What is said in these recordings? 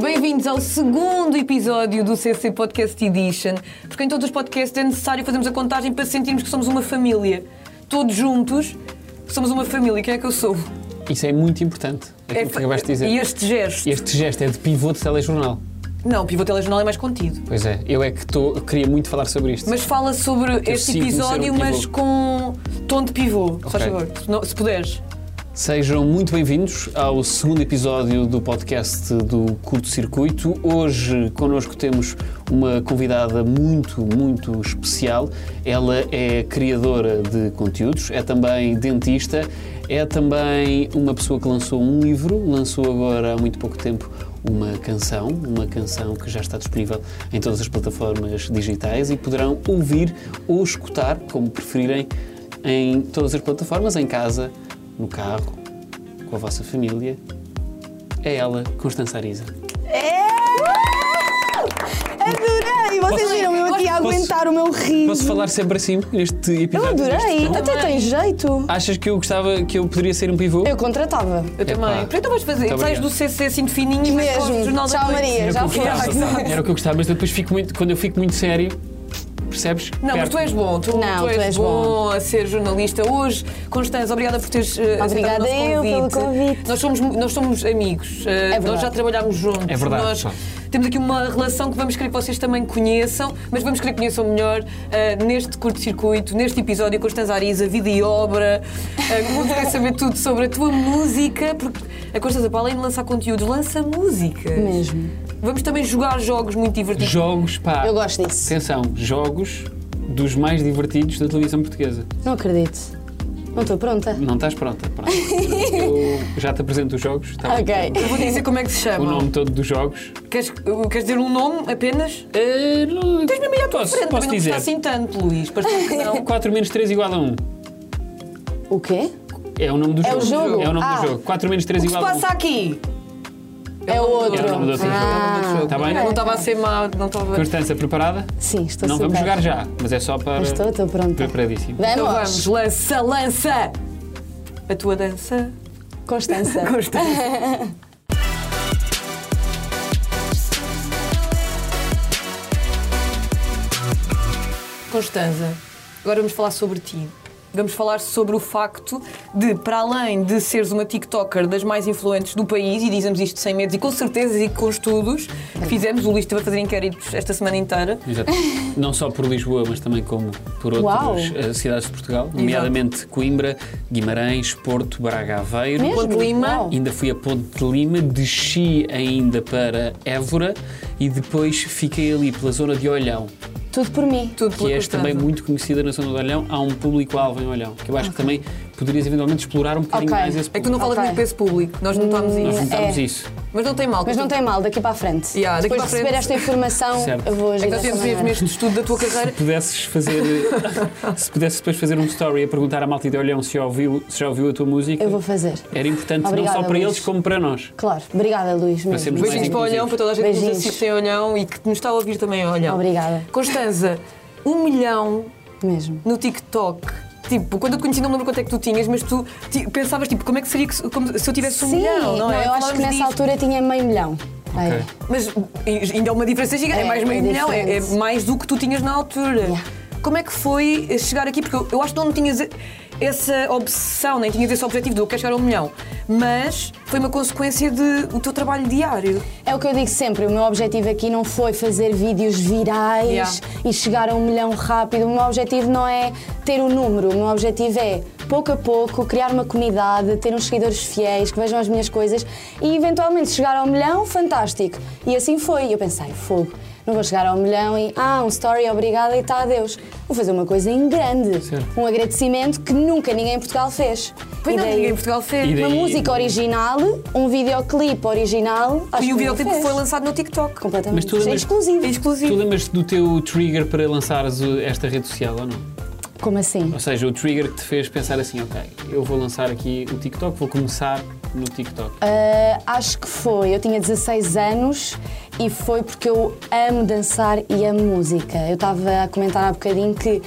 bem-vindos ao segundo episódio do CC Podcast Edition, porque em todos os podcasts é necessário fazermos a contagem para sentirmos que somos uma família. Todos juntos, que somos uma família. Quem é que eu sou? Isso é muito importante. É aquilo que acabaste de dizer. E este gesto? Este gesto é de pivô de telejornal. Não, o pivô telejornal é mais contido. Pois é, eu é que tô, eu queria muito falar sobre isto. Mas fala sobre este sinto-me ser um episódio, pivô. mas com tom de pivô. Só Ok. favor, se não- se puderes. Sejam muito bem-vindos ao segundo episódio do podcast do Curto Circuito. Hoje connosco temos uma convidada muito, muito especial. Ela é criadora de conteúdos, é também dentista, é também uma pessoa que lançou um livro, lançou agora há muito pouco tempo uma canção, uma canção que já está disponível em todas as plataformas digitais e poderão ouvir ou escutar, como preferirem, em todas as plataformas, em casa, no carro, com a vossa família. É ela, Constança Arisa. É! Adorei! Vocês Posso- viram eu aqui a posso- aguentar o meu riso. Posso falar sempre assim neste Eu episódio? adorei! Neste tom? Até tem jeito. Achas que eu gostava que eu poderia ser um pivô? Eu contratava. Eu também. Por que tu vais fazer? Muito Sais obrigado. do CC assim de fininho e vais para o Mesmo. Jornal da Tchau, Noite. Maria. Era Já o que eu foi. gostava, era o que eu gostava, mas depois fico muito, quando eu fico muito sério, percebes? Não, mas Perco. tu és bom, tu, Não, tu és, bom, a ser jornalista hoje. Constança, obrigada por teres eh, aceitado Obrigada o nosso eu pelo convite. convite. É Nós somos, nós somos amigos, eh, nós verdade. já trabalhámos juntos. É verdade, Nós só. temos aqui uma relação que vamos querer que vocês também conheçam, mas vamos querer que conheçam melhor eh, neste curto-circuito, neste episódio Constança Arisa, vida e obra. Eh, vamos querer saber tudo sobre a tua música, porque a Constança, para além de lançar conteúdos, lança música. Mesmo. Vamos também jogar jogos muito divertidos. Jogos, pá. Eu gosto disso. Atenção, jogos dos mais divertidos da televisão portuguesa. Não acredito. Não estou pronta. Não estás pronta? Pronto. Eu já te apresento os jogos. está bem? Ok. Eu vou dizer como é que se O chama. nome todo dos jogos. Queres, queres dizer um nome apenas? Eh, não, Tens mesmo ir à tua Frente, Posso também não dizer? custa assim tanto, Luís. Parece que não. 4 menos 3 igual a 1. O quê? É o nome do É jogo. o jogo? É o nome Ah. do jogo. 4 menos 3 O que se igual a 1. passa aqui? um É o É o nome do outro. outro jogo. Está bem? Não estava a ser má, não estava. Constança, preparada? Sim, estou não super. vamos jogar já, mas é só para. Mas estou, estou pronta. Preparadíssimo. Então Vamos. vamos, lança, lança! A tua dança. Constança. Gostei. Constanza, agora vamos falar sobre ti. Vamos falar sobre o facto de, para além de seres uma TikToker das mais influentes do país, e dizemos isto sem medos e com certezas e com estudos que fizemos, o Luís esteve a fazer inquéritos esta semana inteira. Exato. Não só por Lisboa, mas também como por Uau. outras eh, cidades de Portugal, nomeadamente Coimbra, Guimarães, Porto, Braga, Aveiro. Mesmo? Ponte Lima. Uau. Ainda fui a Ponte de Lima, desci ainda para Évora e depois fiquei ali pela zona de Olhão, Tudo por mim. Tudo que pela és Constanza. também muito conhecida na zona de Olhão. Há um público-alvo em Olhão, que eu acho que também poderias eventualmente explorar um bocadinho Ok. mais esse É que tu não público. falas Ok. muito para esse público, nós notámos Nós isso. juntámos É. isso. Mas não tem mal. Mas não tem mal, daqui para a frente. Yeah, daqui Depois para a de receber frente. esta informação, Certo. eu vou É agir que nós dessa temos mesmo maneira. este estudo da tua carreira. Se pudesses fazer. se pudesses depois fazer um story a perguntar à malta de Olhão se já ouviu, se já ouviu a tua música, Eu vou fazer. era importante Obrigada, não só para Luís. eles como para nós. Claro. Obrigada, Luís. sermos Mesmo. mais Beijinhos para o Olhão, para toda a gente que nos Beijinhos. assiste em Olhão e que nos está a ouvir também em Olhão. Obrigada. Constanza, um milhão Mesmo. no TikTok. Tipo, quando eu te conheci não me lembro quanto é que tu tinhas, mas tu ti- pensavas, tipo, como é que seria que, se- como- se eu tivesse um Sim. milhão, não é? eu acho que Falávamos nessa disto. altura tinha meio milhão. Aí. Mas e- ainda é uma diferença gigante, é, É, mais meio é milhão, é, é diferente. mais do que tu tinhas na altura. Yeah. Como é que foi chegar aqui? Porque eu, eu acho que não tinhas e- essa obsessão, nem tinhas esse objetivo de eu quero chegar a um milhão, mas foi uma consequência de- do teu trabalho diário. É o que eu digo sempre, o meu objetivo aqui não foi fazer vídeos virais Yeah. e chegar a um milhão rápido. O meu objetivo não é ter um número, o meu objetivo é pouco a pouco criar uma comunidade, ter uns seguidores fiéis que vejam as minhas coisas e eventualmente chegar ao milhão, fantástico. E assim foi. E eu pensei, fogo, não vou chegar ao milhão e ah, um story, obrigada e tá adeus. Vou fazer uma coisa em grande, Certo. um agradecimento que nunca ninguém em Portugal fez. Pois E não, daí- ninguém em Portugal fez. E daí- uma música original, um videoclipe original. acho E o que videoclipe fez. foi lançado no TikTok. Completamente. Mas tu Isso é lembras- exclusivo. É exclusivo. Tu lembras-te do teu trigger para lançares o- esta rede social ou não? Como assim? Ou seja, o trigger que te fez pensar assim, ok, eu vou lançar aqui o TikTok, vou começar no TikTok. Ah, acho que foi. Eu tinha 16 anos e foi porque eu amo dançar e amo música. Eu estava a comentar há bocadinho que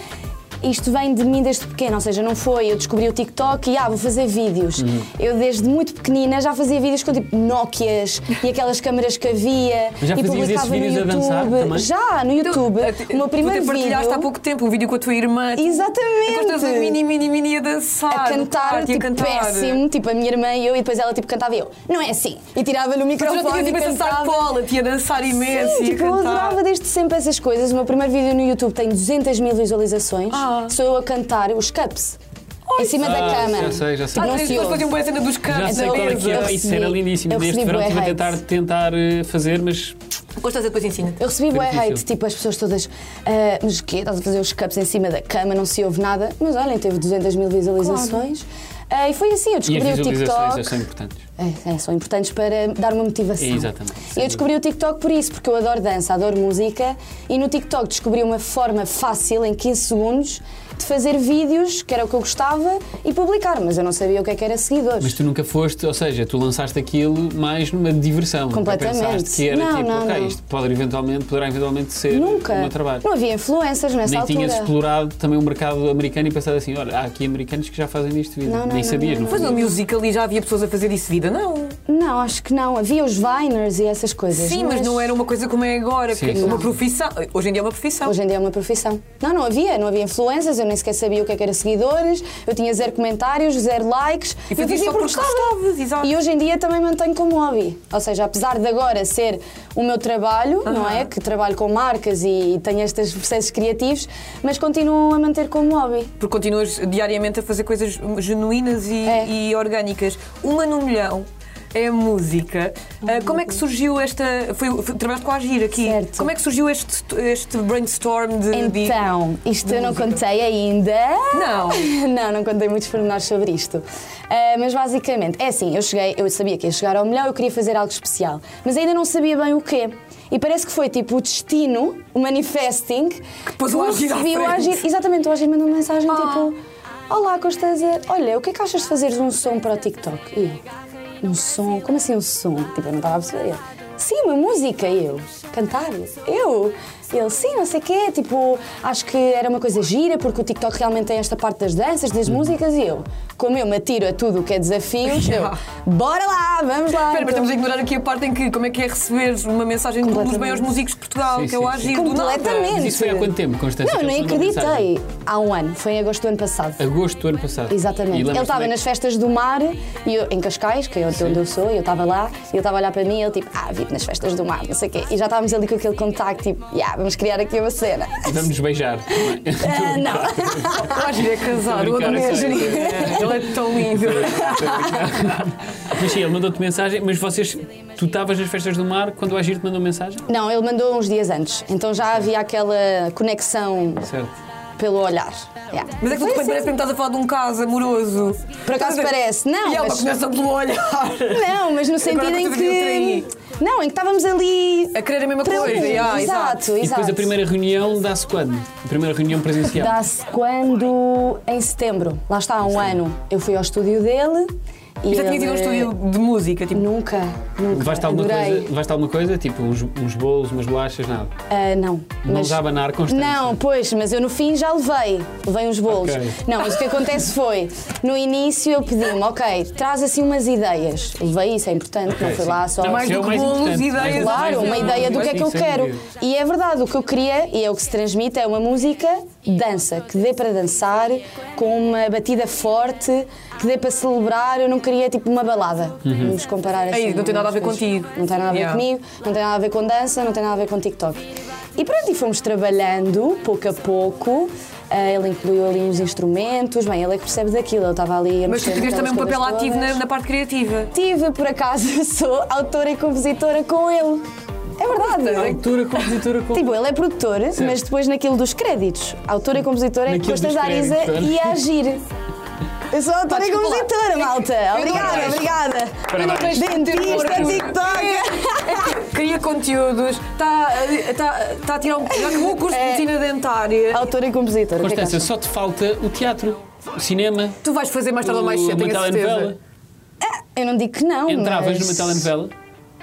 isto vem de mim desde pequena, ou seja, não foi eu descobri o TikTok e ah, vou fazer vídeos. Uhum. Eu desde muito pequenina já fazia vídeos com tipo Nokias e aquelas câmaras que havia Mas já e fazias esses publicava no vídeos a YouTube. dançar também? Já, no YouTube. o tu meu primeiro até vídeo. partilhaste há pouco tempo o vídeo com a tua irmã. Exatamente. Agora estás a mini, mini, mini a dançar. a no cantar, quarto e a tipo, cantar. péssimo, tipo a minha irmã e eu, e depois ela tipo cantava e eu, não é assim. E tirava-lhe o Mas eu microfone já tinha tipo e essa cantava. sacola, tinha a dançar imenso Sim, e a tipo, eu cantar. adorava desde sempre essas coisas. O meu primeiro vídeo no YouTube tem 200 mil visualizações. Ah. Sou eu a cantar os cups. em cima da Ah, cama. já sei, já sei. Tipo, Ah, não eles se depois ouve. faziam boa cena dos Já cantos, sei da qual é que mesa. é. eu Isso era recebi- lindíssimo. eu Este recebi verão bué estive a hate. tentar, tentar eh, fazer, mas Constância depois ensina. Eu recebi bué difícil. hate, tipo as pessoas todas, "Ah, mas o quê? Estás a fazer os cups em cima da cama, não se ouve nada. Mas olhem, teve 200 mil visualizações. Ah, e foi assim, eu e as descobri o TikTok. visualizações são importantes. É, é, são importantes para dar uma motivação. Exatamente. E eu descobri o TikTok por isso, porque eu adoro dança, adoro música e no TikTok descobri uma forma fácil, em 15 segundos, de fazer vídeos, que era o que eu gostava, e publicar, mas eu não sabia o que é que era seguidores. Mas tu nunca foste, ou seja, tu lançaste aquilo mais numa diversão. nunca Completamente. Pensaste que era Não, tipo, não, ok, não. isto pode eventualmente, poderá eventualmente ser Nunca. o meu trabalho. Não havia influencers nessa Nem altura. tinhas explorado também o mercado americano e pensado assim, olha, há aqui americanos que já fazem isto vida. Não, não, Nem não, sabias, não, não, Mas no fazias. um musical e já havia pessoas a fazer isso vida, não? Não, acho que não. Havia os Viners e essas coisas. Sim, mas não era uma coisa como é agora, Sim, que é sim. uma Não. profissão. Hoje em dia é uma profissão. Hoje em dia é uma profissão. Não, não havia, não havia influencers, eu nem sequer sabia o que é que era seguidores, eu tinha zero comentários, zero likes. E eu fazias só porque gostavas, exato. E hoje em dia também mantenho como hobby. Ou seja, apesar de agora ser o meu trabalho, não é? Que trabalho com marcas e, e tenho estes processos criativos, mas continuo a manter como hobby. Porque continuas diariamente a fazer coisas genuínas e, É. e orgânicas. Uma no milhão. É a música. Ah, como é que surgiu esta. Foi, foi, trabalhaste com a Agir aqui. Certo. Como é que surgiu este, este brainstorm de. de- Então, isto eu não contei ainda. Não! Não, não contei muitos pormenores sobre isto. Ah, mas basicamente, é assim, eu cheguei, eu sabia que ia chegar ao melhor, eu queria fazer algo especial, mas ainda não sabia bem o quê. E parece que foi tipo o destino, o manifesting, que pôs o Agir à recebi o frente. Agir. Exatamente, o Agir mandou uma mensagem Ah. tipo: Olá, Constanza, olha, o que é que achas de fazeres um som para o TikTok? E eu: Um som? Como assim um som? Tipo, eu não estava a perceber. Eu, Sim, uma música, E eu. Cantar? Eu? Ele, sim, não sei o quê. Tipo, acho que era uma coisa gira, porque o TikTok realmente tem esta parte das danças, das músicas, e eu, como eu me atiro a tudo o que é desafios, eu, Yeah. bora lá, vamos Espera, lá. mas Então, estamos a ignorar aqui a parte em que como é que é receberes uma mensagem de um dos Completamente. maiores músicos de Portugal, Sim, que é o sim, Agir sim. do nada. Completamente. Mas isso foi há quanto tempo, Constância? Não, eu que nem eles mandaram mensagem? acreditei. Há um ano, foi em agosto do ano passado. Agosto do ano passado. E é Exatamente. lembras-te Ele estava bem? nas festas do mar, e eu, em Cascais, que é onde onde eu sou, e eu estava lá, e ele estava a olhar para mim e ele tipo, ah, vivo nas festas do mar, não sei o quê. E já estávamos ali com aquele contacto, tipo, yeah, vamos criar aqui uma cena. Vamos nos beijar. Ah, não. O Agir é casado, eu Estou a adorei brincar, o eu Agir. sei. Ele é tão lindo. mas sim, ele mandou-te mensagem, mas vocês. Tu estavas nas festas do mar quando o Agir te mandou mensagem? Não, ele mandou uns dias antes, então já havia aquela conexão Certo. pelo olhar. Yeah. Mas é que tu de Foi repente parece assim. que estás a falar de um caso amoroso. Por acaso Estás a ver? parece. Não, E é uma mas- começa pelo olhar. Não, mas no sentido em aconteceu que. o Não, em que estávamos ali. A querer a mesma para coisa. um. yeah, exato, exato. E depois a primeira reunião dá-se quando? A primeira reunião presencial. Dá-se quando? Em setembro. Lá está, há um ano. Eu fui ao estúdio dele. E E já tinha ele- eh, tido um estúdio de música, tipo. Nunca, nunca. Levaste alguma, Adorei. coisa, levaste alguma coisa? Tipo uns, uns bolos, umas bolachas, nada. Ah, não. Não dá a banar constante. Não, pois, mas eu no fim já levei. Levei uns bolos. Ok. Não, mas o que acontece foi, no início eu pedi-me, ok, traz assim umas ideias. Levei isso, é importante, não foi lá só. Não, mais isso é do o que mais bolos, importante. ideias, Mais do- mais Claro, do mais uma que- ideia do que é que eu Sim, sem quero. dúvida. E é verdade, o que eu queria e é o que se transmite é uma música dança, que dê para dançar, com uma batida forte, que dê para celebrar. Eu não queria tipo uma balada. Vamos comparar assim. Aí, não tem nada a ver umas coisas. contigo. Não tem nada a ver Yeah. comigo, não tem nada a ver com dança, não tem nada a ver com TikTok. E pronto, e fomos trabalhando pouco a pouco. Ah, ele incluiu ali uns instrumentos, bem, ele é que percebe daquilo, ele estava ali a Mas tu mexer tiveste também um naquelas papel coisas ativo na, todas. na parte criativa. Tive, por acaso, sou autora e compositora com ele. É verdade. Autora, compositora, com... Tipo, ele é produtor, mas depois naquilo dos créditos. Autora e compositora é Naquilo dos Costanza Ariza créditos. né? Ah, e a Agir. Eu sou autora e desculpa lá. compositora, malta. Eu não Obrigada, vejo. obrigada. Parabéns. Dentista, Humor. TikTok. um É, Cria conteúdos, está tá, tá a tirar um. Já acabou o curso de É. medicina dentária. Autora e compositora. o que é que Constância, achas? só te falta o teatro, o cinema, Tu vais fazer mais tarde ou mais o- cedo, uma tenho a certeza. telenovela. Ah, Eu não digo que não, Entravas mas... numa telenovela?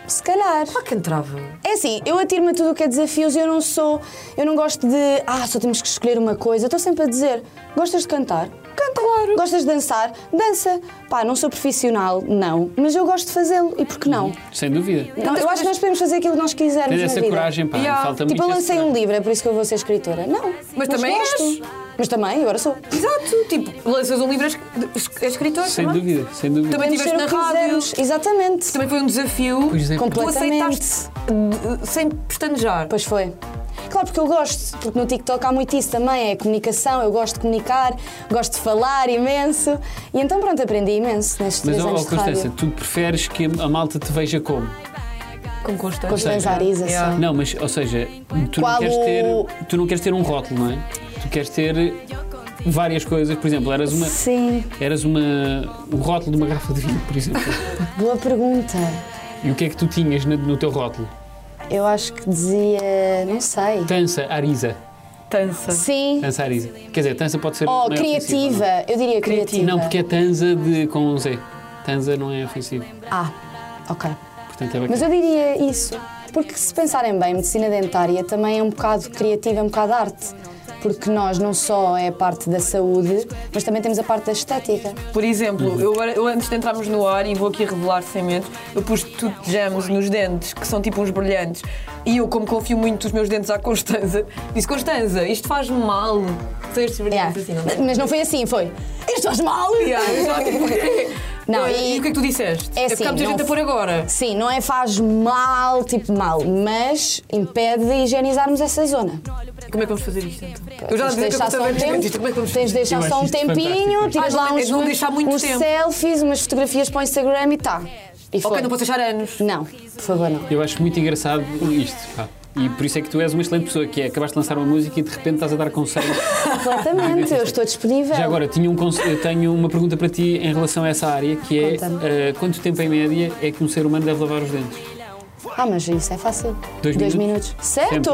Se calhar. Pá, Ah, que entrava. É assim, eu atiro-me a tudo o que é desafios, eu não sou, eu não gosto de, ah, só temos que escolher uma coisa. Eu estou sempre a dizer, gostas de cantar? Canta. Claro. Gostas de dançar? Dança. Pá, não sou profissional, não, mas eu gosto de fazê-lo, e por que não? Sem dúvida. Não, eu acho que nós podemos fazer aquilo que nós quisermos Tens na essa vida. coragem, pá. Yeah. Falta Tipo, eu muito. essa lancei um coragem. livro, é por isso que eu vou ser escritora. Não. Mas também gosto. és. Mas também, agora sou. Exato, tipo, lanças um livro, és- és escritor Sem também. dúvida, sem dúvida. Também Podemos ser estiveste o que na rádio. quisermos. Exatamente. Também foi um desafio. Pois é, Tu Completamente. aceitaste de- sem pestanejar. Pois foi. Claro, porque eu gosto, porque no TikTok há muito isso também, é comunicação, eu gosto de comunicar, gosto de falar imenso. E então pronto, aprendi imenso Mas, nestes três ó, anos ó, de Constância, rádio. tu preferes que a malta te veja como? Com constância. Constância Ariza, é. Yeah. sim. Não, mas, ou seja, tu não, Qual queres o- ter, tu não queres ter um rótulo, não é? Tu queres ter várias coisas. Por exemplo, eras uma. Sim, Eras uma. o rótulo de uma garrafa de vinho, por exemplo. boa pergunta. e o que é que tu tinhas no, no teu rótulo? Eu acho que dizia, não sei. Tança, Arisa. Tança. Sim. Tança, Arisa. Quer dizer, tança pode ser. Oh, não é ofensiva, não é? criativa, eu diria criativa. Não, porque é tanza de, com um Z. Tanza não é ofensivo. Ah, ok. Portanto, é bacana. Mas eu diria isso, porque se pensarem bem, medicina dentária também é um bocado criativa, é um bocado arte. Porque nós não só é a parte da saúde, mas também temos a parte da estética. Por exemplo, eu, agora- eu antes de entrarmos no ar, e vou aqui revelar sem medo, eu pus tudo de gems nos dentes, que são tipo uns brilhantes. E eu, como confio muito os meus dentes à Constanza, disse: Constanza, isto faz-me mal. São estes Yeah. brilhantes assim, não Mas- Mas não foi assim, foi. Isto faz mal! Yeah, eu só, tipo, Não, e... e- o que é que tu disseste? É porque há assim, muita não gente a pôr agora. Sim, não é faz mal, tipo mal, mas impede de higienizarmos essa zona. Como é que vamos fazer isto então? Eu já Tens disse que de eu deixar só estava um a dizer tempo, isto. Como é que vamos tens de fazer? deixar Eu só acho um isto fantástico. tempinho, tiras Ah, lá não, uns, não deixar muito uns tempo. selfies, umas fotografias para o Instagram e tá. E foi. Ok, não posso deixar anos. Não, por favor, não. Eu acho muito engraçado isto, pá. E por isso é que tu és uma excelente pessoa, que é acabaste de lançar uma música e de repente estás a dar conselhos. Completamente, eu estou disponível. Então. Já agora, tinha um conse- eu tenho uma pergunta para ti em relação a essa área, que é Conta-me. eh, quanto tempo em média é que um ser humano deve lavar os dentes? Ah, mas isso é fácil. Dois minutos? Certo! Sempre.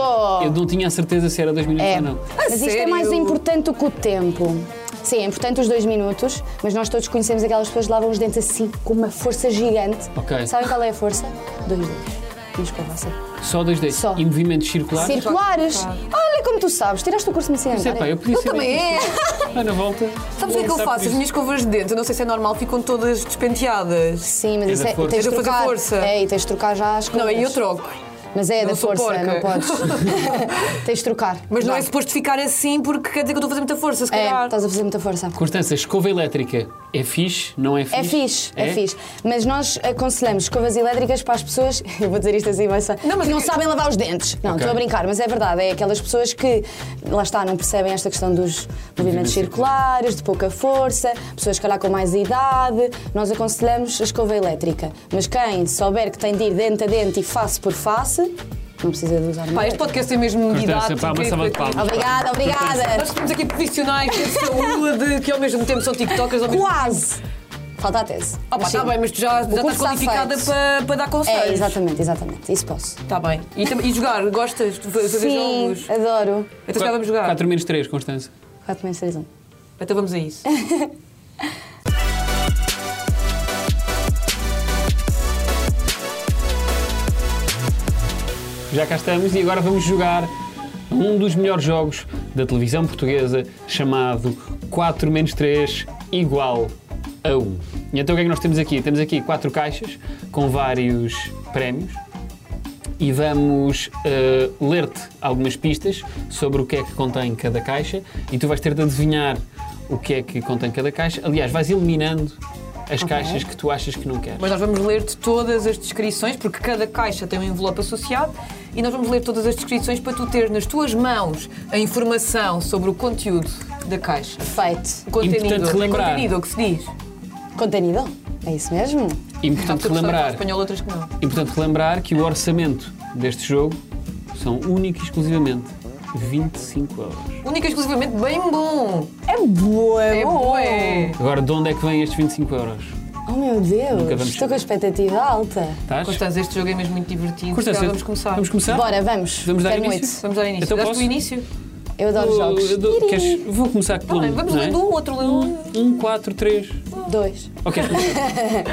Eu não tinha a certeza se era dois minutos É. ou não. Mas isto é mais sério? importante do que o tempo. Sim, é importante os dois minutos, mas nós todos conhecemos aquelas pessoas que lavam os dentes assim, com uma força gigante. Ok. Sabem qual é a força? Dois dedos. Diz com você. Só dois dentes. Só. E movimentos circulares? Circulares. Olha como tu sabes, tiraste o curso de medicina. Isso é, pá, eu podia Eu saber também disso. é. Ana, volta. Sabes o que é que eu Sabe faço? As disso. minhas escovas de dente, eu não sei se é normal, ficam todas despenteadas. Sim, mas É isso da é, força. tens de É da fazer trocar. força. É, e tens de trocar já as Não, coisas. aí eu troco. Mas é Não da sou força, porca. não podes. tens de trocar. Mas não Vá. é suposto ficar assim porque quer dizer que eu estou a fazer muita força, se É, calhar. estás a fazer muita força. Constância, escova elétrica é fixe, não é fixe? É fixe, é? fixe. Mas nós aconselhamos escovas elétricas para as pessoas, eu vou dizer isto assim, vai só, Não, mas é- não, mas que não eu- sabem lavar os dentes. Não, Ok. estou a brincar, mas é verdade, é aquelas pessoas que, lá está, não percebem esta questão dos movimentos circulares, de pouca força, pessoas que calhar com mais idade, nós aconselhamos a escova elétrica. Mas quem souber que tem de ir dente a dente e face por face, não precisa de Pá, usar uma este elétrica. podcast é mesmo Constância, didático. pá, uma salva de palmas. Obrigada, Nós obrigada. estamos aqui profissionais de saúde, que ao mesmo tempo são tiktokers. Ao mesmo... Quase. Falta a tese. Ah, pá, está Sim. bem, mas tu já, já O curso estás está qualificada feito. para, para dar conselhos. É, exatamente, exatamente. Isso posso. Está bem. E, tam- e jogar, gostas de fazer Sim, jogos? adoro. Então já vamos jogar. 4 menos 3, Constância. 4 menos um. 3, 1. Então vamos a isso. Já cá estamos e agora vamos jogar um dos melhores jogos da televisão portuguesa chamado 4 menos 3 igual a 1. E então o que é que nós temos aqui? Temos aqui quatro caixas com vários prémios e vamos eh, ler-te algumas pistas sobre o que é que contém cada caixa e tu vais ter de adivinhar o que é que contém cada caixa. Aliás, vais eliminando as caixas que tu achas que não queres. Mas nós vamos ler-te todas as descrições, porque cada caixa tem um envelope associado, e nós vamos ler todas as descrições para tu ter nas tuas mãos a informação sobre o conteúdo da caixa. Feito. O contenido, Importante relembrar. contenido, o que se diz. Contenido? É isso mesmo? Há Importante pessoas que sabem falar relembrar. espanhol, outras que não. Importante relembrar que o orçamento deste jogo são único e exclusivamente 25 euros. Único e exclusivamente bem bom. É boa, É bom, é. Agora, de onde é que vêm estes 25 euros? Oh meu Nunca Deus, vamos estou chegar. com a expectativa alta. Estás? Constância, este jogo é mesmo muito divertido. Constância, Já vamos começar. Vamos começar? Bora, vamos. Vamos dar Quero início? muito. Vamos ao início. Então Dás posso? o início? Eu adoro jogos. Eu dou- Tiri. queres- vou começar Tá pelo bem, vamos ler do outro, ler um. 1, 4, 3. Dois. Ok.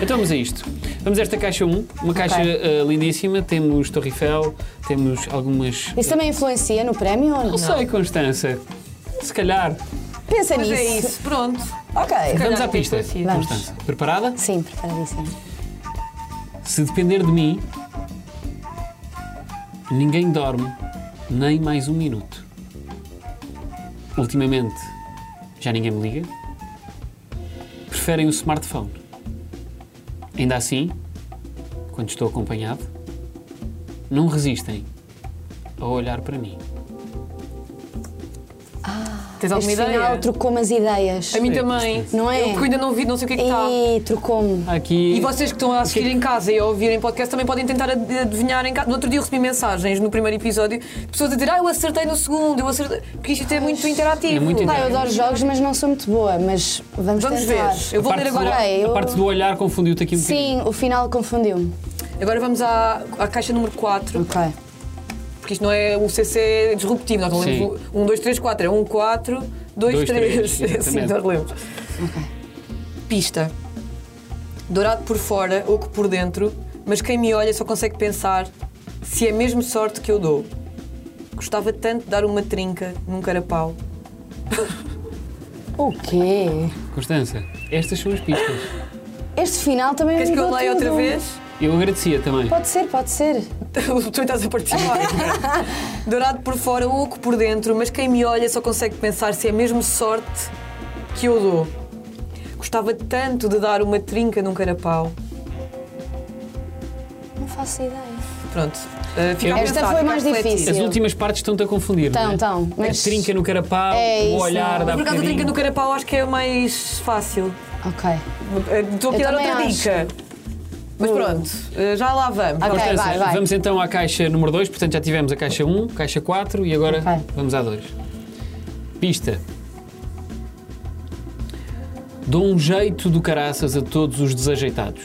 então vamos a isto. Vamos a esta caixa 1, uma caixa Ok. eh, lindíssima. Temos Torre Eiffel, temos algumas. Isso é também influencia no prémio ou não? Não sei, Constança. Se calhar. Pensa Mas nisso. é isso, pronto. Ok. Vamos calhar à pista. tem Vamos. Constança, preparada? Sim, preparadíssimo. Se depender de mim, ninguém dorme nem mais um minuto. Ultimamente, já ninguém me liga. Preferem o smartphone. Ainda assim, quando estou acompanhado, não resistem a olhar para mim. Tens alguma Este final ideia? trocou-me as ideias. A mim Sim. também. Não é? Eu que ainda não vi, não sei o que é que está. E trocou-me. Aqui. E vocês que estão a assistir em casa e a ouvirem podcast também podem tentar ad- adivinhar em casa. No outro dia eu recebi mensagens no primeiro episódio de pessoas a dizer ah, eu acertei no segundo, eu acertei. Porque isto é muito interativo. É muito Pá, Tá, eu interativo. adoro jogos, mas não sou muito boa, mas vamos, Vamos tentar. ver. Eu a vou parte ler do- agora. Ok, eu- A parte do olhar confundiu-te aqui um bocadinho. Sim, o final confundiu-me. Agora vamos à, à caixa número 4, Ok. porque isto não é o CC disruptivo, nós não Sim. lemos 1, 2, 3, 4, é 1, 4, 2, Dois, 3. três, Sim, exatamente. É assim nós lemos. Pista. Dourado por fora, oco por dentro, mas quem me olha só consegue pensar se é mesmo sorte que eu dou. Gostava tanto de dar uma trinca num carapau. O quê? Constança, estas são as pistas. Este final também Queres que eu mudou leia tudo. outra vez? Eu agradecia também. Pode ser, pode ser. tu estás a participar. Dourado por fora, oco por dentro, mas quem me olha só consegue pensar se é mesmo sorte que eu dou. Gostava tanto de dar uma trinca num carapau. Não faço ideia. Pronto. eh, fica a Esta pensar, foi fica a mais refletir. difícil. As Eu- últimas partes estão-te a confundir, Estão, não é? estão, mas- A trinca no carapau, É o isso, olhar não. dá Por acaso a bocadinho. trinca no carapau acho que é mais fácil. Ok. Eh, Estou aqui a Eu dar outra também acho. dica. Mas Hum. pronto, eh, já lá vamos. Ok, Vamos- Constança, vai, vai. Vamos então à caixa número 2, portanto já tivemos a caixa 1, um, caixa 4 e agora Ok. vamos à 2. Pista. Dou um jeito do caraças a todos os desajeitados.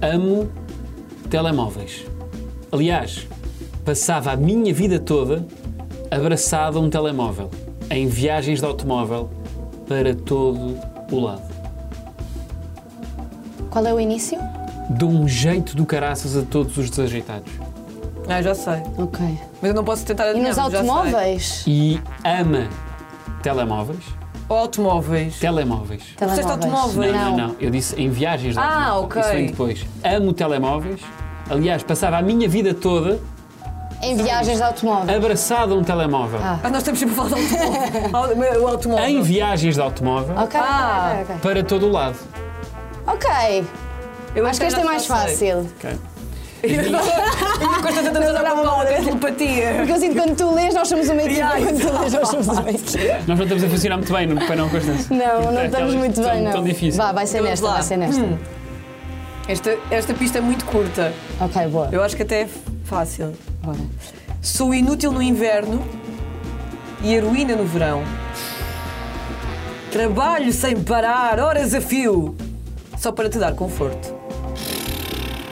Amo telemóveis. Aliás, passava a minha vida toda abraçado a um telemóvel, em viagens de automóvel para todo o lado. Qual é o início? Dou um jeito do caraças a todos os desajeitados. Ah, já sei. Ok. Mas eu não posso tentar E adivinhar. nos mas já sei. automóveis? e ama telemóveis. Ou automóveis. Telemóveis. Telemóveis. Disseste automóveis. não, não. Eu disse em viagens de Ah, automóvel. ok. Isso vem depois. Amo telemóveis. Aliás, passava a minha vida toda Em viagens de automóvel. abraçado a um telemóvel. Ah. Ah, nós estamos sempre a falar de automóvel. O automóvel. Em viagens de automóvel Ok, Ah. ok, ok. para todo o lado. Ok, Eu acho que este é mais fácil. Costa tentando usar a mão da telepatia. Porque eu sinto que quando tu lês, nós somos uma equipe. Yeah, Quando tu lês, nós somos uma equipe. Nós não estamos a funcionar muito bem, não, para não, Constância? Não, não estamos Aquelas muito que são bem, não. Tão difícil. Vá, vai ser Então, nesta, vá. vai ser nesta. Esta, esta pista é muito curta. Ok, boa. Eu acho que até é fácil. Bora. Sou inútil no inverno e heroína no verão. Trabalho sem parar, horas a fio, só para te dar conforto.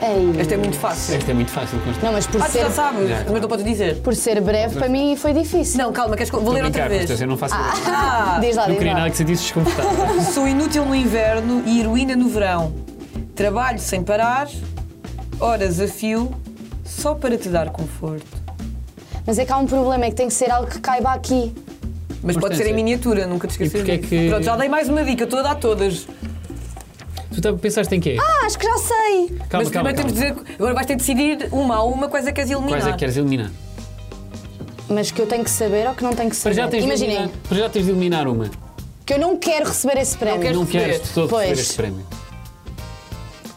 Ei. Esta é muito fácil. Esta é muito fácil, Constância. Não, mas por Ah, tu ser, já sabes, Já. mas não podes dizer. por ser breve, para mim foi difícil. Não, calma, queres que eu- vou ler Estou a outra brincar, vez. Constância, eu não faço ideia. Ah, Diz lá, Não diz queria lá. nada que se disse desconfortável. Sou inútil no inverno e heroína no verão. Trabalho sem parar, horas a fio, só para te dar conforto. Mas é que há um problema, é que tem que ser algo que caiba aqui. Mas pode ser em miniatura, nunca te esqueças E porquê é disso. que- Pronto, já dei mais uma dica, estou a dar todas. tu tá- pensaste em quê? Ah, acho que já sei. calma, Mas calma, primeiro temos de calma. dizer, agora vais ter de decidir uma a uma quais é que queres eliminar. Quais é que queres eliminar? Mas que eu tenho que saber ou que não tenho que Para saber. já tens de Imaginem eliminar- para já tens de eliminar uma. que eu não quero receber esse prémio. queres- Não receber. queres de todo Pois. receber este prémio.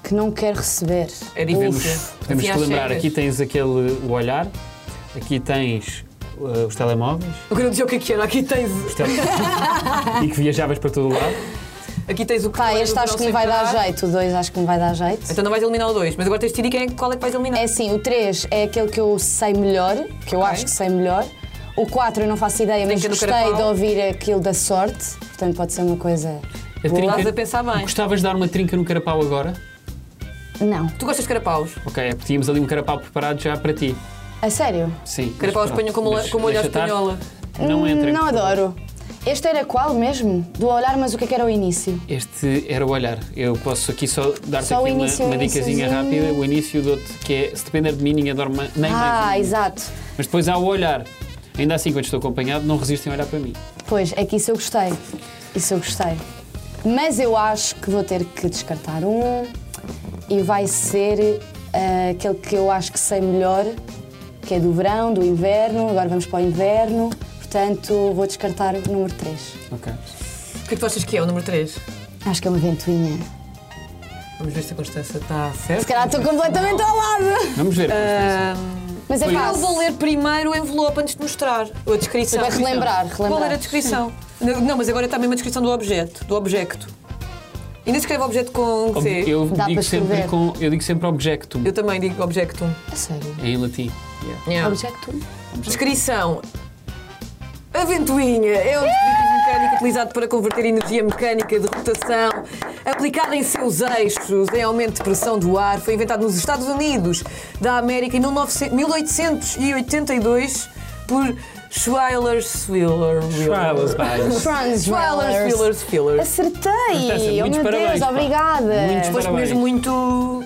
Que não quero receber. É difícil. Podemos Assim, te às lembrar, cegas. aqui tens aquele o olhar, aqui tens uh, os telemóveis Eu quero dizer o que é que era. Aqui tens, os tele- e que viajavas para todo o lado. um- aqui tens o que Pá, era este do acho que me verão vai sem dar parar. jeito. O 2 acho que me vai dar jeito. Então não vais eliminar o dois, mas agora tens de decidir quem é, qual é que vais eliminar. É assim, o 3 é aquele que eu sei melhor, que eu Ok. acho que sei melhor. O 4 eu não faço ideia, mas que no gostei carapau. de ouvir aquilo da sorte. Portanto, pode ser uma coisa. A Estás a pensar bem. Gostavas de dar uma trinca no carapau agora? Não. Tu gostas de carapaus? Ok, é porque tínhamos ali um carapau preparado já para ti. A sério? Sim. mas Carapaus pronto, espanhol como, deixa- como olho à deixa estar. espanhola. Não entra. Hum, Não adoro. Este era qual mesmo? Do olhar, mas o que é que era o início? Este era o olhar. Eu posso aqui só dar-te Só o aqui uma, início, uma o dicasinha iniciozinho. rápida. O início do que é se depender de mim, ninguém dorme ma- nem ah, mais. um minuto. exato. Mas depois há o olhar. Ainda assim, quando estou acompanhado, não resistem a olhar para mim. Pois, é que isso eu gostei. Isso eu gostei. Mas eu acho que vou ter que descartar um e vai ser ah, aquele que eu acho que sei melhor, que é do verão, do inverno. Agora vamos para o inverno. Portanto, vou descartar o número 3. Ok. O que é que tu achas que é o número 3? Acho que é uma ventoinha. Vamos ver se a Constança está Se certa. calhar estou completamente ao lado. Vamos ver. Ah, Constança. Mas é Foi Eu fácil. vou ler primeiro o envelope antes de mostrar a descrição. Para relembrar, relembrar. Vou ler a descrição. Não, não, mas agora está mesmo a descrição do objeto, do objeto. Ainda escreve objeto com Ob- C. Eu, eu, Dá digo para sempre escrever. com, eu digo sempre objectum, também digo objeto. um. A sério. em latim. É Yeah. Objecto. Descrição. A ventoinha é um dispositivo mecânico utilizado para converter energia mecânica de rotação aplicada em seus eixos em aumento de pressão do ar. Foi inventado nos Estados Unidos da América em 1900 1882 por Schuyler Swiller. Trials, pá. Franz Schuyler Swiller Swiller. Acertei! Muitos oh meu parabéns, Deus, pá. obrigada! Muitos Foste Parabéns. mesmo muito.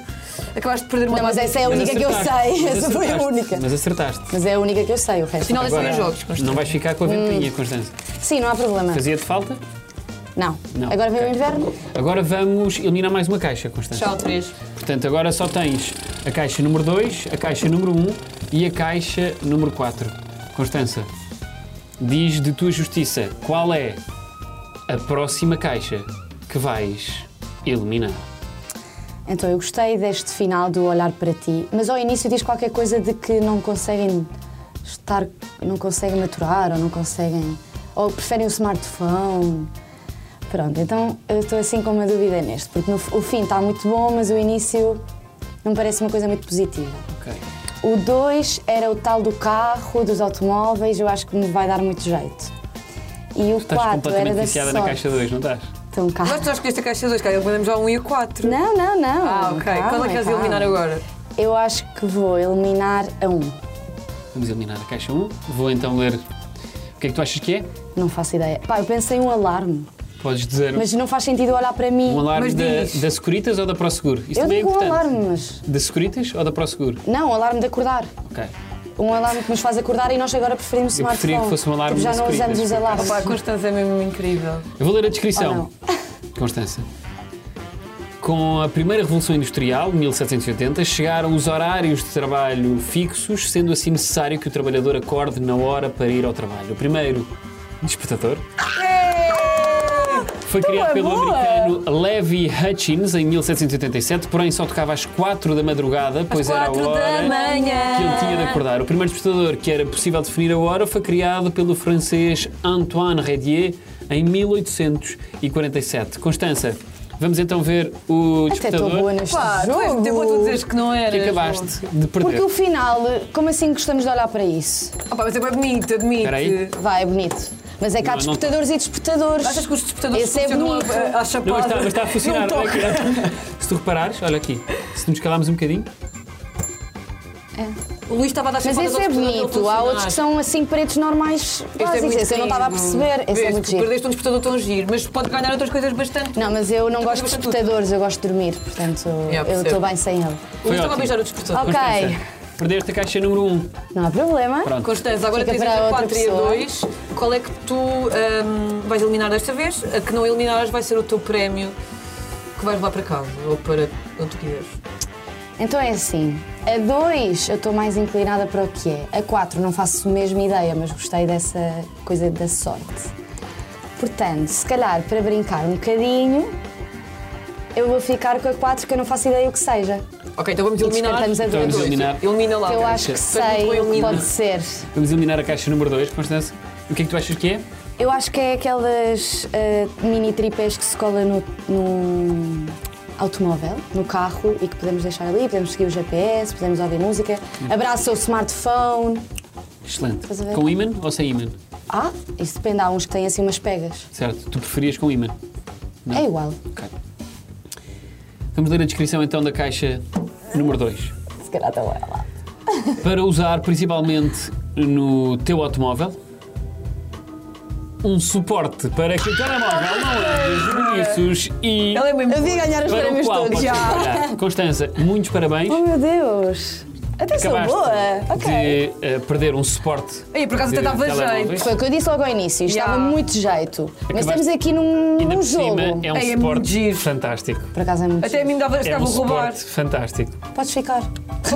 Acabaste de perder uma Não, mas parte. essa é a Mas única que eu acertaste, sei, mas essa foi a acertaste, única. Mas acertaste. Mas é a única que eu sei, o resto. Afinal, esses são os jogos, Constante. não vais ficar com a ventoinha, Hum. Constança. Sim, não há problema. Fazia-te falta? Não. Não, Agora vem ok. o inverno? Agora vamos eliminar mais uma caixa, Constança. Tchau, três. Portanto, agora só tens a caixa número 2, a caixa número 1 um, e a caixa número 4. Constança, diz de tua justiça qual é a próxima caixa que vais eliminar. Então eu gostei deste final do olhar para ti, mas ao início diz qualquer coisa de que não conseguem estar, não conseguem maturar ou não conseguem. ou preferem o smartphone. Pronto, então eu estou assim com uma dúvida neste, porque no- o fim está muito bom, mas o início não me parece uma coisa muito positiva. Ok. O 2 era o tal do carro, dos automóveis, eu acho que me vai dar muito jeito. E o Estás 4 era completamente da viciada na sorte. caixa 2, não estás? Então, cá. Nós já escolheste a caixa 2, cara. Mandamos já um e a 4. Não, não, não. Ah, ok. Calma, Qual é que vais calma. eliminar agora? Eu acho que vou eliminar a 1. Vamos eliminar a caixa 1. Um. Vou então ler o que é que tu achas que é. Não faço ideia. Pá, eu pensei em um alarme, Podes dizer mas não faz sentido olhar para mim. um alarme mas da, diz. da Securitas ou da ProSeguro? Isto eu também é digo um importante. alarme, mas. Da Securitas ou da ProSeguro? Não, um alarme de acordar. Ok. Um alarme que nos faz acordar e nós agora preferimos Eu smartphone. preferia que fosse um alarme Tipo, já da não Securitas, usamos os por acaso. alarmes. Opa, a Constança é mesmo incrível. Eu vou ler a Ou descrição. não? Constança. Com a primeira Revolução Industrial, 1780, chegaram os horários de trabalho fixos, sendo assim necessário que o trabalhador acorde na hora para ir ao trabalho. O primeiro despertador foi criado pelo americano Levi Hutchins em 1787, porém só tocava às 4 da madrugada, pois era a 4 da hora que ele manhã. tinha de acordar. O primeiro despertador que era possível definir a hora foi criado pelo francês Antoine Redier em 1847. Constança, vamos então ver o Até estou despertador é boa neste Pá, tu és jogo. muito boa, tu dizes que não que eras. acabaste de Porque perder. o final, como assim gostamos de olhar para isso? Opa, mas é bem bonito, admito. Espera aí. Vai, é bonito. Mas é que há Não, não despertadores e despertadores. Achas que os despertadores Esse é funcionam bonito. a- a- à Não, mas chapada? está, mas está a funcionar. Não olha toca. aqui. Se tu reparares, olha aqui, se nos calarmos um bocadinho, O Luís estava a dar Mas chapadas esse ao despertador para é ele bonito. Há funcionar. outros que são assim pretos normais Este é básicos. muito Esse eu não estava a giro. perceber. Esse é Vês, muito tu giro. Perdeste um despertador tão giro, mas pode ganhar outras coisas bastante. Não, mas eu não gosto de gostas de despertadores, eu gosto de dormir, portanto eu percebo. estou bem sem ele. O Luís Foi estava a ótimo. beijar o despertador. Ok. Constança, perdeste a caixa número 1. Um. Não há problema. Pronto. Constança, agora Fica tens para entre outra 4 e a pessoa. 2. Qual é que tu hum, vais eliminar desta vez? A que não eliminares vai ser o teu prémio que vais levar para casa ou para onde tu quiseres. Então é assim. A 2 eu estou mais inclinada para o que é. A 4 não faço a mesma ideia, mas gostei dessa coisa da sorte. Portanto, se calhar para brincar um bocadinho, eu vou ficar com a 4 que eu não faço ideia o que seja. Ok, então vamos eliminar. descartamos a Vamos dois. eliminar, Elimina lá. Que eu acho que Faz muito bem sei o que eliminar. pode ser. vamos eliminar a caixa número 2, Constança. O que é que tu achas que é? Eu acho que é aquelas eh, mini tripés que se cola no, no automóvel, no carro, e que podemos deixar ali, podemos seguir o GPS, podemos ouvir música, abraça o smartphone. Excelente. Estás a ver? Com ímã ou sem ímã? Ah, isso depende, há uns que têm assim umas pegas. Certo. Tu preferias com ímã? Não. É igual. Ok. Vamos ler a descrição então da caixa número 2. Se calhar está ela. Para usar principalmente no teu automóvel, um suporte para que o telemóvel não ande os boniços e Ela é mesmo. Eu vi ganhar os para o prémios qual todos. podes trabalhar. Constança, muitos parabéns. Oh meu Deus! Até sou Acabaste boa! Ok. de eh, perder um suporte. Aí, por acaso, de até dava telemóveis. jeito. Foi o que eu disse logo ao início, isto Yeah. dava muito jeito. Mas Acabaste- estamos aqui num, Ainda num por jogo. cima é um Ei, é muito suporte giro. fantástico. Por acaso é muito Até a giro. mim dava. É Estava um a roubar. suporte fantástico. Podes ficar.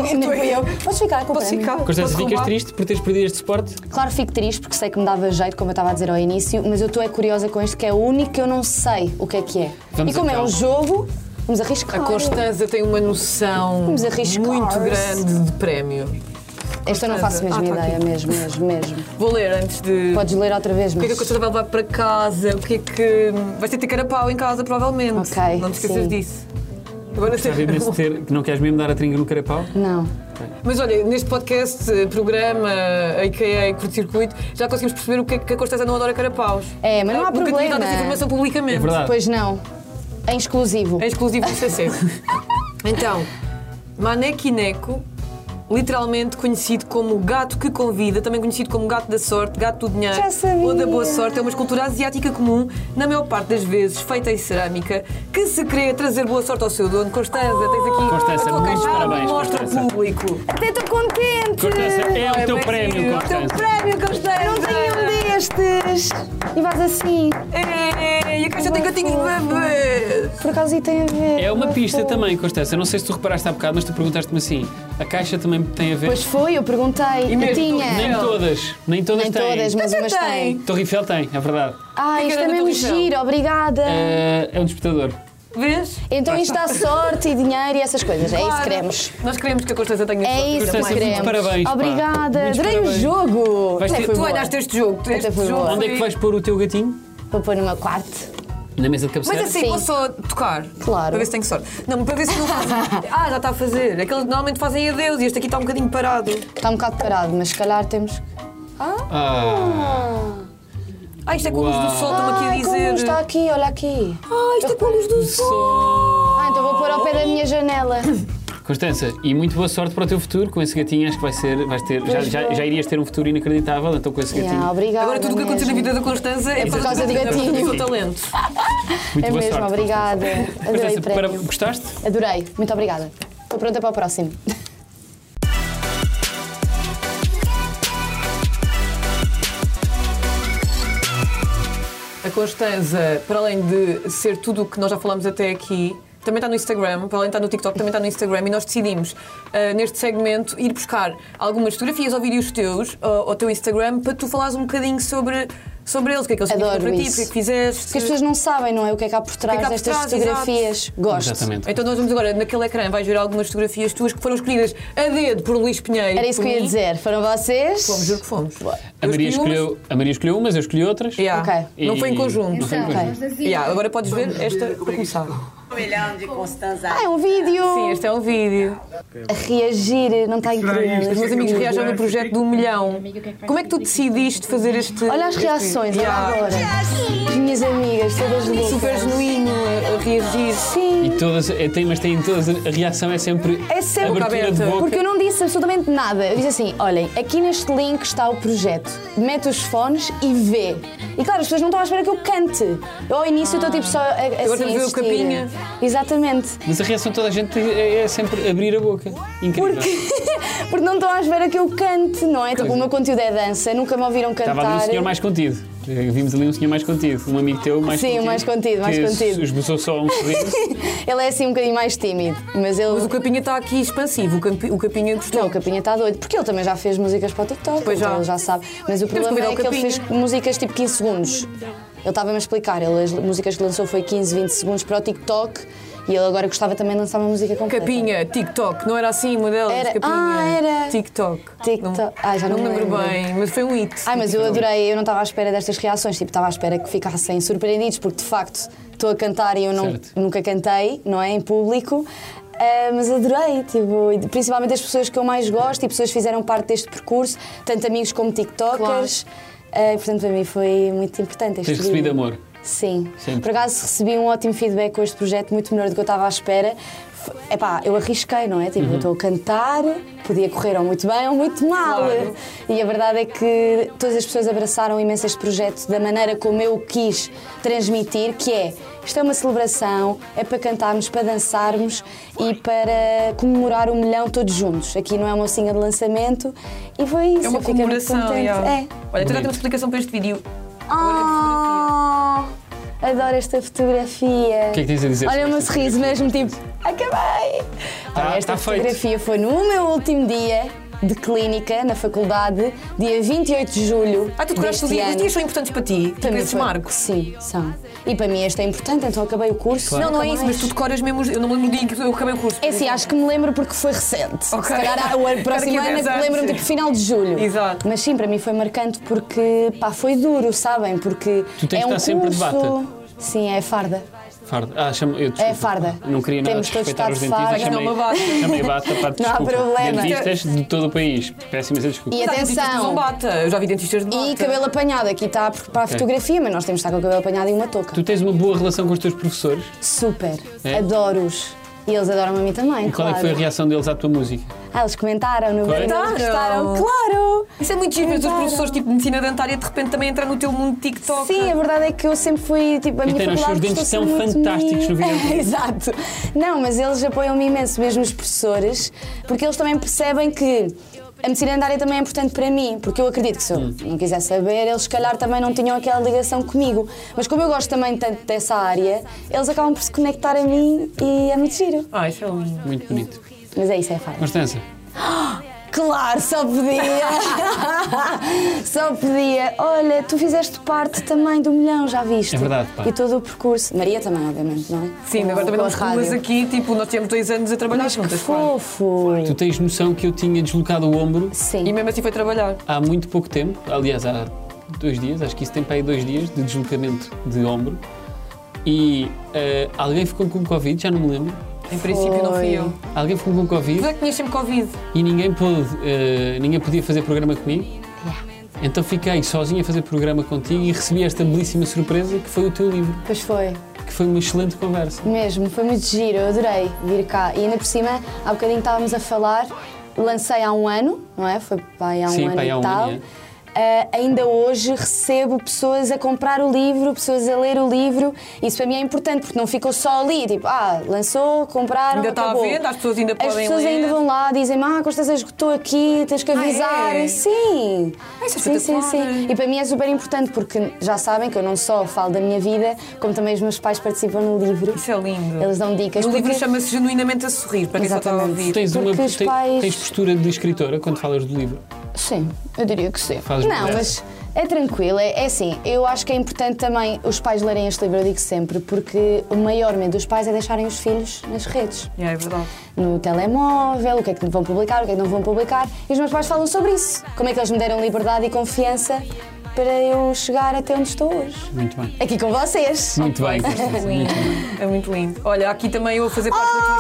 Nem tu é- fui eu. Podes ficar com o Posso prémio. ficar? Constança, Posso ficas roubar? triste por teres perdido este suporte? Claro, fico triste porque sei que me dava jeito, como eu estava a dizer ao início, mas eu estou é curiosa com este que é o único que eu não sei o que é que é. Vamos e como é então. um jogo, vamos arriscar. A Constanza tem uma noção Vamos arriscar. muito grande de prémio. Este eu não faço a mesma Ah, tá ideia, aqui. mesmo, mesmo, mesmo. Vou ler antes de. Podes ler outra vez, O que é mas. que a Constanza vai levar para casa? O que é que. Vais ter de ter carapau em casa, provavelmente. Ok, Não te esqueças sim. disso. Agora sei. Sabe imenso ter que não queres mesmo dar a tringa no carapau? Não. Mas olha, neste podcast, eh, programa, eh, a.k.a. curto-circuito, já conseguimos perceber o que é que a Constanza não adora carapaus. É, mas não Ela há nunca tinha dado problema. essa informação publicamente. É verdade. Pois não. Em exclusivo. É exclusivo do CC. então, Manequineco, literalmente conhecido como o gato que convida, também conhecido como gato da sorte, gato do dinheiro Já sabia. ou da boa sorte, é uma escultura asiática comum, na maior parte das vezes feita em cerâmica, que se crê trazer boa sorte ao seu dono. Constanza, tens aqui Constanza, a tua muitos queixada, parabéns, mostra ao Constanza. público. Até estou contente! Constança, é o É teu bem prémio, giro. O teu Constança. prémio, Constanza! Eu não tenho um destes! E vais assim. Ei, É, a caixa tem gatinhos de é bebê! Por acaso e tem a ver. É uma Mas pista foi. também, Constança. Não sei se tu reparaste há bocado, mas tu perguntaste-me assim: a caixa também tem a ver? Pois foi, eu perguntei. E mesmo eu tinha. nem não. todas, nem todas Nem têm. todas, mas Até umas tem. têm. Torre Eiffel tem, é verdade. Ah, Que isto é grande mesmo televisão. giro, obrigada. É, é um despertador. Vês? Então isto dá sorte e dinheiro e essas coisas. É isso que Claro. assim, queremos. Nós queremos que a Constanza tenha É sorte. isso Constança, que muito queremos. parabéns, pá. Obrigada. Muitos Adorei o parabéns. jogo. Vais Até ter- foi Tu boa. olhaste este jogo. Até Este foi jogo boa. Onde é que vais pôr o teu gatinho? Vou pôr no meu quarto. Na mesa de Mas cabeceira? assim, Sim. posso só tocar? Claro. Para ver se tenho sorte. Não, para ver se não fazem. ah, já está a fazer. Aqueles normalmente fazem adeus e este aqui está um bocadinho parado. Está um bocado parado, mas se calhar temos. Ah, Ah, isto é com a luz do sol, estou-me aqui a Ai, Ah, como dizer. está aqui, olha aqui. Ah, isto é com a luz do sol. só. Ah, então vou pôr ao pé da minha janela. Constança, e muito boa sorte para o teu futuro com esse gatinho. Acho que vai ser, vais ter, já, Pois já, vou. já irias ter um futuro inacreditável, então com esse gatinho. Yeah, obrigada. Agora tudo o que aconteceu na mesmo. vida da Constanza é por causa de do gatinho. seu talento. Muito É boa mesmo, sorte. obrigada. Adorei Constança, o para- prémio. gostaste? Adorei, muito obrigada. Estou pronta para o próximo. A Constanza, para além de ser tudo o que nós já falámos até aqui, também está no Instagram, para além de estar no TikTok, também está no Instagram e nós decidimos, ah, neste segmento, ir buscar algumas fotografias ou vídeos teus eh, ao, ao teu Instagram para tu falares um bocadinho sobre, sobre eles, o que é que eles significam Adoro para ti, o isso. que é que fizeste. Porque as pessoas não sabem, não é? O que é que há por trás há por destas trás, fotografias. Gosto. Exatamente. Então nós vamos agora, naquele ecrã, vais ver algumas fotografias tuas que foram escolhidas a dedo por Luís Pinheiro. Era e isso por que eu ia mim. dizer. Foram vocês? Fomos, juro que fomos. A Eu Maria, escolhi escolheu, a Maria escolheu umas, eu escolhi outras. umas. Yeah. Ok. Não foi em E- conjunto. Não foi em Então, conjunto. Yeah, Agora podes ver esta para começar. Um milhão de Constanza. Ah, é um vídeo! Sim, este é um vídeo. A reagir, não está Os incrível. meus amigos reagem no projeto do milhão. Como é que tu decidiste fazer este. Olha as reações, olha Yeah. agora. As minhas amigas, todas loucas. Super genuíno eh, a, a reagir. Sim, E todas, é, tem, mas tem todas, a reação é sempre, é sempre abertura aberta. de boca. Porque eu não disse absolutamente nada. Eu disse assim: olhem, aqui neste link está o projeto. Mete os fones e vê. E claro, as pessoas não estão à espera que eu cante. Eu ao início estou tipo só a- a, temos assim. de ver o assistir. capinha. Exatamente. Mas a reação de toda a gente é, é sempre abrir a boca. Incrível. Porque, porque não estão à espera que eu cante, não é? Tipo, o meu conteúdo é dança, nunca me ouviram cantar. é- Estava ali um senhor mais contido. Eh, Vimos ali um senhor mais contido. Um amigo teu mais Sim, contido. mais contido, mais que contido. Esboçou só um sorriso. Ele é assim um bocadinho mais tímido, mas ele. Mas o Capinha está aqui expansivo. O, Campi- o Capinha gostou. Não, o Capinha está doido, porque ele também já fez músicas para o TikTok, Pois então já. ele já sabe. Mas Temos que o problema convidar é o que ele fez Capinha. músicas tipo 15 segundos. Ele estava-me a explicar, ele, as músicas que lançou foi 15, 20 segundos para o TikTok e ele agora gostava também de lançar uma música completa. Capinha, TikTok, não era assim uma delas? Era- Capinha, Ah, era. TikTok. TikTok. Não, Ah, já não me me lembro lembro. bem, mas foi um hit. Ai, mas eu adorei, eu não estava à espera destas reações, tipo, estava à espera que ficassem surpreendidos, porque de facto estou a cantar e eu não- Certo. nunca cantei, não é? Em público. Ah, mas adorei, tipo, e principalmente as pessoas que eu mais gosto e pessoas que fizeram parte deste percurso, tanto amigos como TikTokers. Ah, e, portanto, para mim foi muito importante este Tens recebido vídeo. amor. Sim. Sempre. Por acaso recebi um ótimo feedback com este projeto, muito melhor do que eu estava à espera. Foi- f- epá, eu arrisquei, não é? Tipo, Uhum. eu estou a cantar, podia correr ou muito bem ou muito mal. Claro. E a verdade é que todas as pessoas abraçaram imenso este projeto da maneira como eu o quis transmitir, que é isto é uma celebração, é para cantarmos, para dançarmos e para comemorar o milhão todos juntos. Aqui não é uma mocinha de lançamento e foi isso. É uma eu fiquei muito comemoração. contente. yeah. É. Olha, tu já temos explicação para este vídeo. Oh, Ah, adoro esta fotografia. O que é que tens a dizer Olha sobre o meu esta sorriso mesmo, tipo, acabei! Olha, esta tá feito. fotografia foi no meu último dia de clínica na faculdade, dia 28 de julho. Ah, tu tocaste deste os dias. Os ano. dias são importantes para ti, Para tipo mim esses foi- marcos. Sim, são. E para mim este é importante, então acabei o curso. Não, não é nunca isso, mais. mas tu decoras mesmo. os- Eu não me lembro do dia em que eu acabei o curso. É assim, acho que me lembro porque foi recente. Ok. Se calhar o ano- Daqui próximo a ano dez anos, lembro-me sim. tipo final de julho. Exato. Mas sim, para mim foi marcante porque pá, foi duro, sabem? Porque Tu tens é de um estar sempre de curso. bata. Sim, é farda. Farda. Ah, chama, eu, desculpa, É farda. Não queria nada Temos todos respeitar estado os dentistas. farda. Não, uma bata. chamei bata, pá, Não há desculpa. problema. Dentistas de todo o país. Peço imensa desculpa. E Mas há dentistas que atenção. usam um bata. Eu já vi dentistas de bata. E cabelo apanhado, aqui está por- para a fotografia, mas nós temos de estar com o cabelo apanhado e uma touca. Tu tens uma boa relação com os teus professores? Super. É? Adoro-os. E eles adoram a mim também, E qual claro. é que foi a reação deles à tua música? Ah, eles comentaram no Foi? vídeo. Eles Comentaram? gostaram, claro! Isso é muito giro, mas os Claro. professores tipo de medicina dentária de repente também entram no teu mundo TikTok. Sim, a verdade é que eu sempre fui, tipo, a minha Catarina, os faculdade seus dentes custou são muito fantásticos mim. no videoclipe. Exato. Não, mas eles apoiam-me imenso, mesmo os professores, porque eles também percebem que a medicina dentária também é importante para mim, porque eu acredito que se eu Hum. não quiser saber, eles se calhar também não tinham aquela ligação comigo. Mas como eu gosto também tanto dessa área, eles acabam por se conectar a mim e é muito giro. Ah, isso é lindo. Muito bonito. Mas é isso, é fácil. Constança, Claro, só podia! só podia! Olha, tu fizeste parte também do milhão, já viste? É verdade, pá. E todo o percurso. Maria também, obviamente, não é? Sim, Com- agora também com a nós duas rádio. aqui, tipo, nós tivemos dois anos a trabalhar Mas que juntas. quase. fofo! tu tens noção que eu tinha deslocado o ombro E Sim. mesmo assim foi trabalhar. há muito pouco tempo, aliás, há dois dias, acho que isso tem para aí dois dias, de deslocamento de ombro. E eh, alguém ficou com Covid, já não me lembro. Em princípio não fui Foi. eu. Alguém ficou com Covid Tu é que tinhas sempre Covid. e ninguém pôde, eh, ninguém podia fazer programa comigo. Então fiquei sozinho a fazer programa contigo e recebi esta belíssima surpresa que foi o teu livro, Pois foi. que foi uma excelente conversa. Mesmo, foi muito giro, eu adorei vir cá. E ainda por cima, há bocadinho estávamos a falar, lancei há um ano, não é? Foi pá, aí há um Sim, ano pá, aí e há um tal. ano, Ah, ainda hoje recebo pessoas a comprar o livro, pessoas a ler o livro. Isso para mim é importante, porque não ficou só ali, tipo, ah, lançou, compraram, Ainda está à acabou. venda, as pessoas ainda As podem pessoas ler. ainda vão lá, dizem-me, ah, Constança, esgotou aqui, tens que avisar. é? Sim. Ah, isso é sim, sim, espetacular. sim. E para mim é super importante, porque já sabem que eu não só falo da minha vida, como também os meus pais participam no livro. Isso é lindo. Eles dão dicas. O porque- livro chama-se Genuinamente a Sorrir, para quem só está a Exatamente. ouvir. Tens, uma, Porque os te- pais- tens postura de escritora quando falas do livro. Sim, eu diria que sim. Fazes não, bem. mas é tranquilo. É, é assim, eu acho que é importante também os pais lerem este livro, eu digo sempre, porque o maior medo dos pais é deixarem os filhos nas redes. Yeah, é verdade. No telemóvel, o que é que vão publicar, o que é que não vão publicar. E os meus pais falam sobre isso. Como é que eles me deram liberdade e confiança para eu chegar até onde estou hoje. Muito bem. Aqui com vocês. Muito bem, É Constança. lindo. Muito bem. É muito lindo. Olha, aqui também eu vou fazer Oh, parte da tua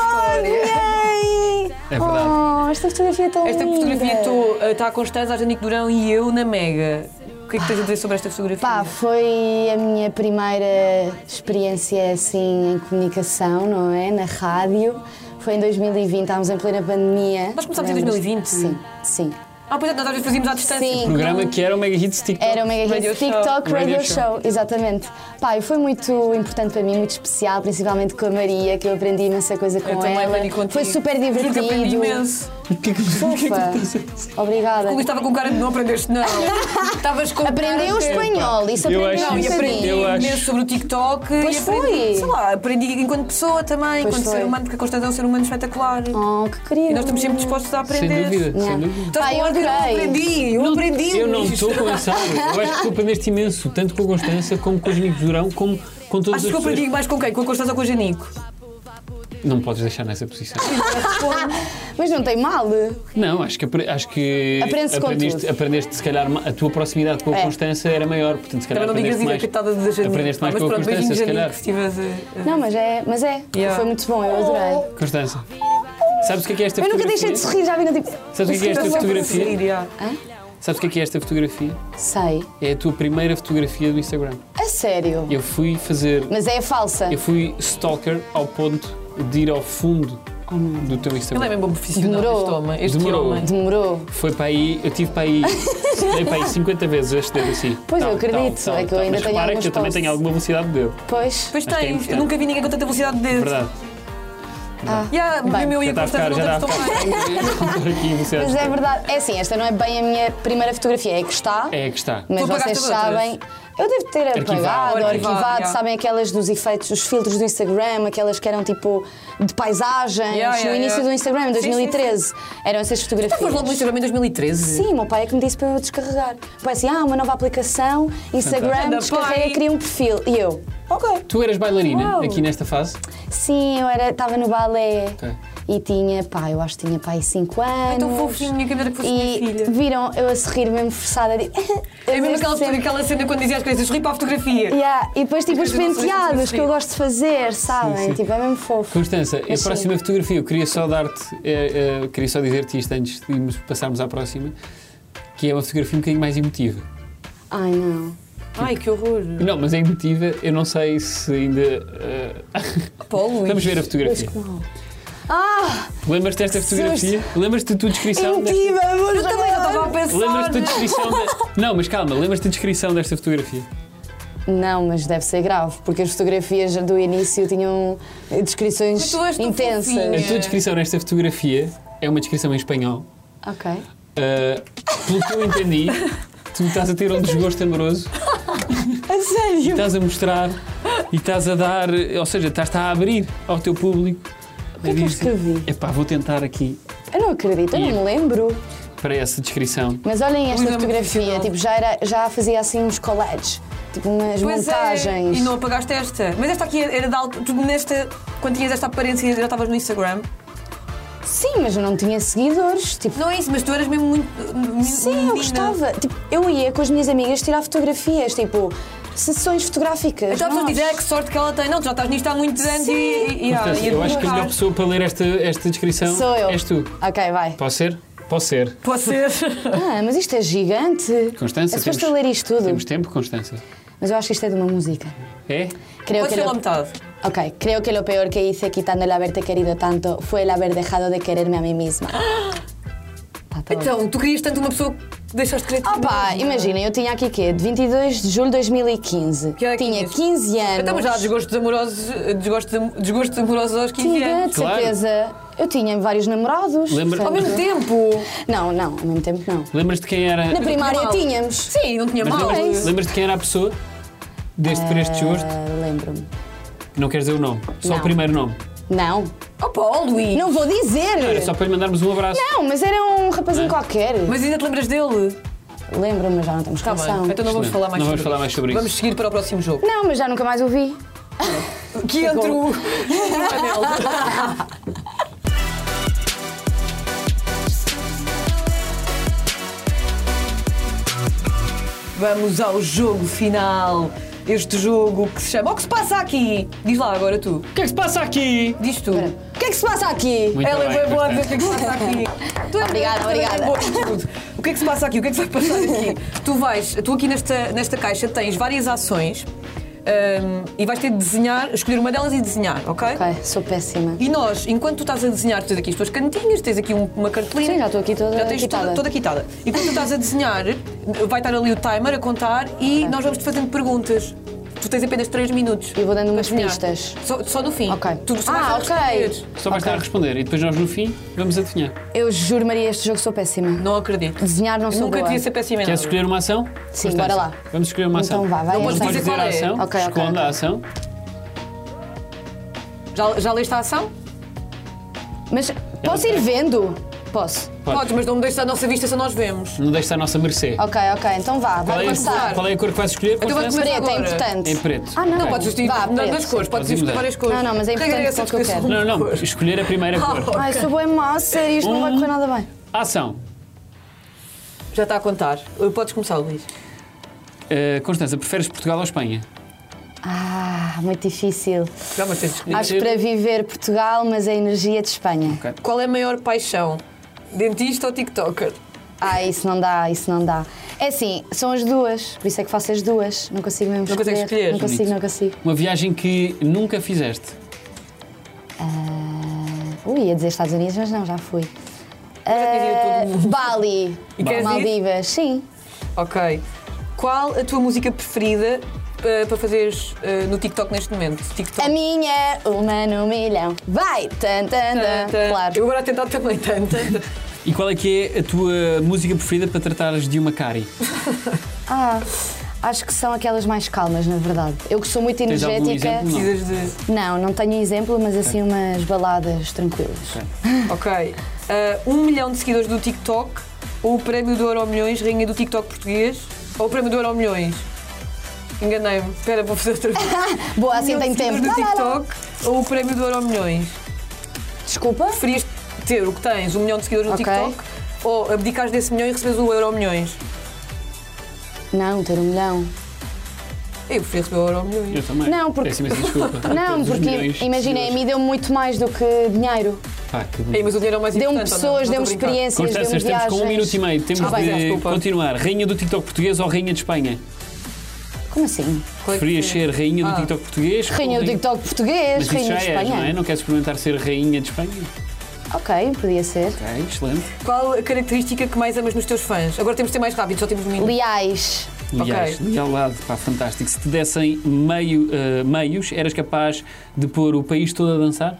história. Yay! É verdade. Oh, esta fotografia é tão Esta linda. fotografia estou- eh, está a Constança, a Janique Durão e eu na Mega. O que é que tens a dizer sobre esta fotografia? Pá, foi a minha primeira experiência assim em comunicação, não é? Na rádio. Foi em 2020, estávamos em plena pandemia. Nós começámos em Lembras? 2020? Sim, sim. Ah, pois é, nós às vezes fazíamos à distância. Sim. Um Programa que era o Mega Hits TikTok. Era o mega Radio hit show. TikTok Radio Radio, show. show. exatamente. Pá, e foi muito importante para mim, muito especial, principalmente com a Maria, que eu aprendi imensa coisa com Eu também ela. aprendi contigo. foi super Juro que divertido. aprendi imenso. O que é que, o que é que Fofa. tu pensaste? Obrigada. O Luís estava com cara de não aprendeste, não. Estavas com Aprendi cara o de- espanhol, isso Eu aprendi acho um Não, e isso- bocadinho. aprendi Eu acho. imenso sobre o TikTok. Pois e aprendi, foi. Sei lá, aprendi enquanto pessoa também, Pois enquanto foi. ser humano, porque a Constança é um ser humano espetacular. Oh, que querido. E nós estamos sempre dispostos a Sem aprender. dúvida, sem Yeah. dúvida. Estás Pá, com eu ódio, eu não adorei. aprendi, eu aprendi. Eu não Luís. estou com essa aula. Eu acho que tu aprendeste imenso, tanto com a Constança, como com o Janico Durão, como com Acho todas as que eu pessoas. aprendi mais com quem? Com a Constança ou com o Janico? Não me podes deixar nessa posição. Mas não tem mal. Não, acho que, apre- acho que Aprende-se com aprendeste, tudo. aprendeste, se calhar, ma- a tua proximidade com a É. Constança era maior, portanto, se calhar Também não digas aprendeste isso, mais. coitada da Janico. aprendeste mais Mas com a pronto, beijinho, Constança, se Janico, calhar. se tivesse. eh, Não, mas é, mas é. Yeah. Foi muito bom, eu adorei. Constança, sabes o que é, que é esta Eu nunca fotografia? deixei de sorrir, já viram tipo. Sabes o que é que é esta Não sei fotografia? se conseguir, já. Ah. Sabes o que é, que é esta fotografia? Sei. É a tua primeira fotografia do Instagram. A sério. Eu fui fazer. Mas é falsa. Eu fui stalker ao ponto de ir ao fundo do teu Ele é Instagram. mesmo bom profissional, Demorou. este homem. Este Demorou. homem. Demorou. Foi para aí, eu tive para aí, dei para aí 50 vezes este dedo assim. Pois, eu acredito, é que eu ainda Mas tenho repara alguns que eu também posts. tenho alguma velocidade de dedo, Pois. Pois Mas tem, tens, tem. nunca vi ninguém com tanta velocidade de dedos. é verdade. Yeah, Bem, meu e Já a está a ficar, Constância já está a não ficar. estamos tão bem. aqui em velocidade Mas de é dedo. verdade. É assim, esta não é bem a minha primeira fotografia, é que está. É que está. Mas Tu apagaste vocês as outras? sabem. Eu devo ter Arquivado. apagado, ou Arquivado, arquivado, já. sabem aquelas dos efeitos, os filtros do Instagram, aquelas que eram tipo de paisagens, Yeah, yeah, no início yeah. do Instagram, em Sim, Então, sim, 2013. Eram essas fotografias. Foste logo no Instagram em 2013. Sim, o meu pai é que me disse para eu descarregar. O pai assim, ah, uma nova aplicação, Instagram, Anda, pai. descarrega, cria um perfil. E eu, ok. Tu eras bailarina Uau. aqui nesta fase? Sim, eu era, estava no balé Ok. e tinha, pá, eu acho que tinha pai 5 anos. tão fofinho, minha cadeira que fosse minha E filha. viram eu a sorrir mesmo forçada. de- É mesmo Eu aquela, sempre- aquela cena quando dizia às crianças, sorri para a fotografia. Yeah, E depois tipo As os coisas não são penteados assim. que eu gosto de fazer, sabem? sim. Tipo, é mesmo fofo. Constança, a Mas sim. próxima fotografia, eu queria só dar-te, eh, eh, queria só dizer-te isto antes de irmos- passarmos à próxima, que é uma fotografia um bocadinho mais emotiva. Ai não. Ai, que horror. Não, mas é emotiva, eu não sei se ainda. eh, Paulo, Vamos ver a Deus, fotografia. que mal. Ah! Lembras-te desta Que fotografia? Lembras-te da tua É descrição? desta- mentira! Eu também estava a pensar. Lembras-te da descrição da... Não, mas calma, lembras-te da descrição desta fotografia? Não, mas deve ser grave, porque as fotografias do início tinham descrições Mas tu és tão intensas. fofinha. A tua descrição nesta fotografia é uma descrição em espanhol. Ok. Ah, pelo que eu entendi, tu estás a ter um desgosto amoroso, A sério? estás a mostrar e estás a dar, ou seja, estás a abrir ao teu público. O que é que eu escrevi? Epá, vou tentar aqui Eu não acredito, eu não me lembro. para essa descrição. Mas olhem esta Luísa é muito fotografia, profissional. tipo, já, era, já fazia assim uns collages, tipo umas Pois é, montagens. E não apagaste esta. Mas esta aqui era da altura. Tu nesta. Quando tinhas esta aparência já estavas no Instagram. Sim, mas eu não tinha seguidores, tipo. Não é isso, mas tu eras mesmo muito. muito Sim, eu menina. gostava. Tipo, eu ia com as minhas amigas tirar fotografias, tipo, sessões fotográficas. Então as pessoas nós. dizem, "Ah, que sorte que ela tem. Não, tu já estás nisto há muitos anos e, e, e, Portanto, e- e- eu acho que a melhor pessoa para ler esta, esta descrição Sou eu. és tu. Ok, vai. Pode ser? Pode ser. Pode ser. Ah, mas isto é gigante. Constança, é suposto eu temos- ler isto tudo. Temos tempo, Constança? Mas eu acho que isto é de uma música. É? Creo Pode que ser pela lo- metade. Ok, creo que lo peor que hice quitando el haberte querido tanto fue el haber dejado de quererme a mí misma. Tá, tá bom. Então, tu querias tanto uma pessoa que deixaste de querer Ah pá, imagina, eu tinha aqui quê? De 22 de julho de 2015. Que era tinha 15. 15 anos. Então, mas já há desgostos amorosos, eh, desgostos, am- desgostos amorosos aos 15 Tinha, anos. de Claro. certeza. Eu tinha vários namorados. Lembra- Ao portanto- mesmo tempo. Não, não, ao mesmo tempo não. Lembras-te quem era? Na primária mal. tínhamos. Sim, não é tinha Mas mal. lembras-te lembras-te quem era a pessoa? Deste por este desgosto? Ah, Lembro-me. Não queres dizer o nome, só o Não. primeiro nome. Não. Opa, ó Oh, Luís. Não vou dizer. Era só para lhe mandarmos um abraço. Não, mas era um rapazinho qualquer. Mas ainda te lembras dele? Lembro-me, mas já não temos Tá relação. bem. Então não vamos Excelente. falar mais sobre Não vamos falar isso. mais sobre isso. Vamos seguir para o próximo jogo. Não, mas já nunca mais ouvi. Que entre o. Manel. Vamos ao jogo final. Este jogo que se chama O que se passa aqui? Diz lá agora tu. O que é que se passa aqui? Diz tu. O que é que se passa aqui? Muito Ela é bem, bem boa a dizer o Constância. que é que se passa aqui. Tu és Obrigada, bem- tu és bem obrigada. boa em tudo. O que é que se passa aqui? O que é que se vai passar aqui? tu vais, tu aqui nesta, nesta caixa tens várias ações hum, e vais ter de desenhar, escolher uma delas e desenhar, ok? Ok, sou péssima. E nós, enquanto tu estás a desenhar, tens aqui as tuas cantinhas, tens aqui um- uma cartolina. Sim, já estou aqui toda Já tens quitada. Toda, toda quitada. E quando tu estás a desenhar, vai estar ali o timer a contar e nós vamos te fazendo perguntas. Tu tens apenas 3 minutos. E vou dando para umas desenhar. pistas. Só, só no fim. Ok. Tu só Ah, vais a ok. responder. Só vais estar a responder e depois nós no fim vamos adivinhar. Eu juro, Maria, este jogo sou péssima. Não acredito. Desenhar não Eu sou nunca boa. devia ser péssima em Queres nada. escolher uma ação? Sim, Constança, bora lá. Vamos escolher uma ação. Então vá, vai Não podes essa. Dizer dizer qual a é. ação, Ok, ok, esconda ok. a ação. Já, já leste a ação? Mas posso ir vendo? Posso. Pode. Podes, mas não me deixes à nossa vista se nós vemos. Não deixes à nossa mercê. Ok, ok, então vá, Qual vai é, a- começar. qual é a cor que vais escolher? Então vamos Constança? começar Preto é agora. importante. Em preto. Ah, não. Não, Ok. podes vestir Vá, não, preto. das cores, podes Podes vestir mudar. várias cores. Não, não, mas é importante Regra essa qual que eu de escolher só Não, uma não, cor. escolher a primeira cor. Ai, sou boa em má, sério, isto Um. não vai correr nada bem. Ação. Já está a contar. Podes começar, Luís. Eh, Constança, preferes Portugal ou Espanha? Ah, muito difícil. Já, mas tens de escolher. Acho que para viver Portugal, mas a energia de Espanha. Qual é a maior paixão? Dentista ou TikToker? Ah, isso não dá, isso não dá. É assim, são as duas, por isso é que faço as duas. Não consigo mesmo Não escolher. consegues escolher, Não consigo, bonito. não consigo. Uma viagem que nunca fizeste. Ah, Ui, ia dizer Estados Unidos, mas não, já fui. queria Ah, todo mundo. Bali, E queres ir? Maldivas, sim. Ok. Qual a tua música preferida eh, para fazeres eh, no TikTok neste momento? TikTok. A minha, uma no milhão. Vai! Tan, tan, tan. Tan, tan. Claro. Eu agora a tentar também tanto. E qual é que é a tua música preferida para tratares de uma cárie? Ah, acho que são aquelas mais calmas, na verdade. Eu que sou muito Tens algum energética. exemplo? Não. Precisas de. Não, não tenho exemplo, mas assim umas baladas tranquilas. Ok. Eh, um milhão de seguidores do TikTok, ou o prémio do Euro Milhões, rainha do TikTok português, ou o prémio do Euro Milhões? Enganei-me. Espera, vou fazer outra vez. Boa, assim Um milhão tenho de seguidores do tempo. Lá, lá, lá. TikTok, ou o prémio do Euro Milhões? Desculpa? Preferias ter o que tens, um milhão de seguidores no Ok. TikTok, ou abdicares desse milhão e recebes o Euro Milhões? Não, ter um milhão. Ah, Eu prefiro receber o Euro Milhões. Eu também. Não, porque- Peço imensa desculpa. Não, porque é imaginem, a mim deu muito mais do que dinheiro. Pá, que Ei, mas o é dinheiro é o mais Deu-me importante. ou não? um pessoas, Não estou a deu-me brincar. experiências, Constança, deu-me estamos viagens. com um minuto e meio. Temos Ah, bem, de desculpa. continuar. Rainha do TikTok português ou rainha de Espanha? Como assim? Qual é que Preferias é? ser rainha do Ah. TikTok português? ou Rainha do TikTok português, Mas isso rainha já de és, não é? Espanha. Não queres experimentar ser rainha de Espanha? Ok, podia ser. Ok, excelente. Qual a característica que mais amas nos teus fãs? Agora temos de ser mais rápido, só temos um minuto. Leais. Aliás, Ok. okay. lealdade, pá, fantástico. Se te dessem meio, eh, meios, eras capaz de pôr o país todo a dançar?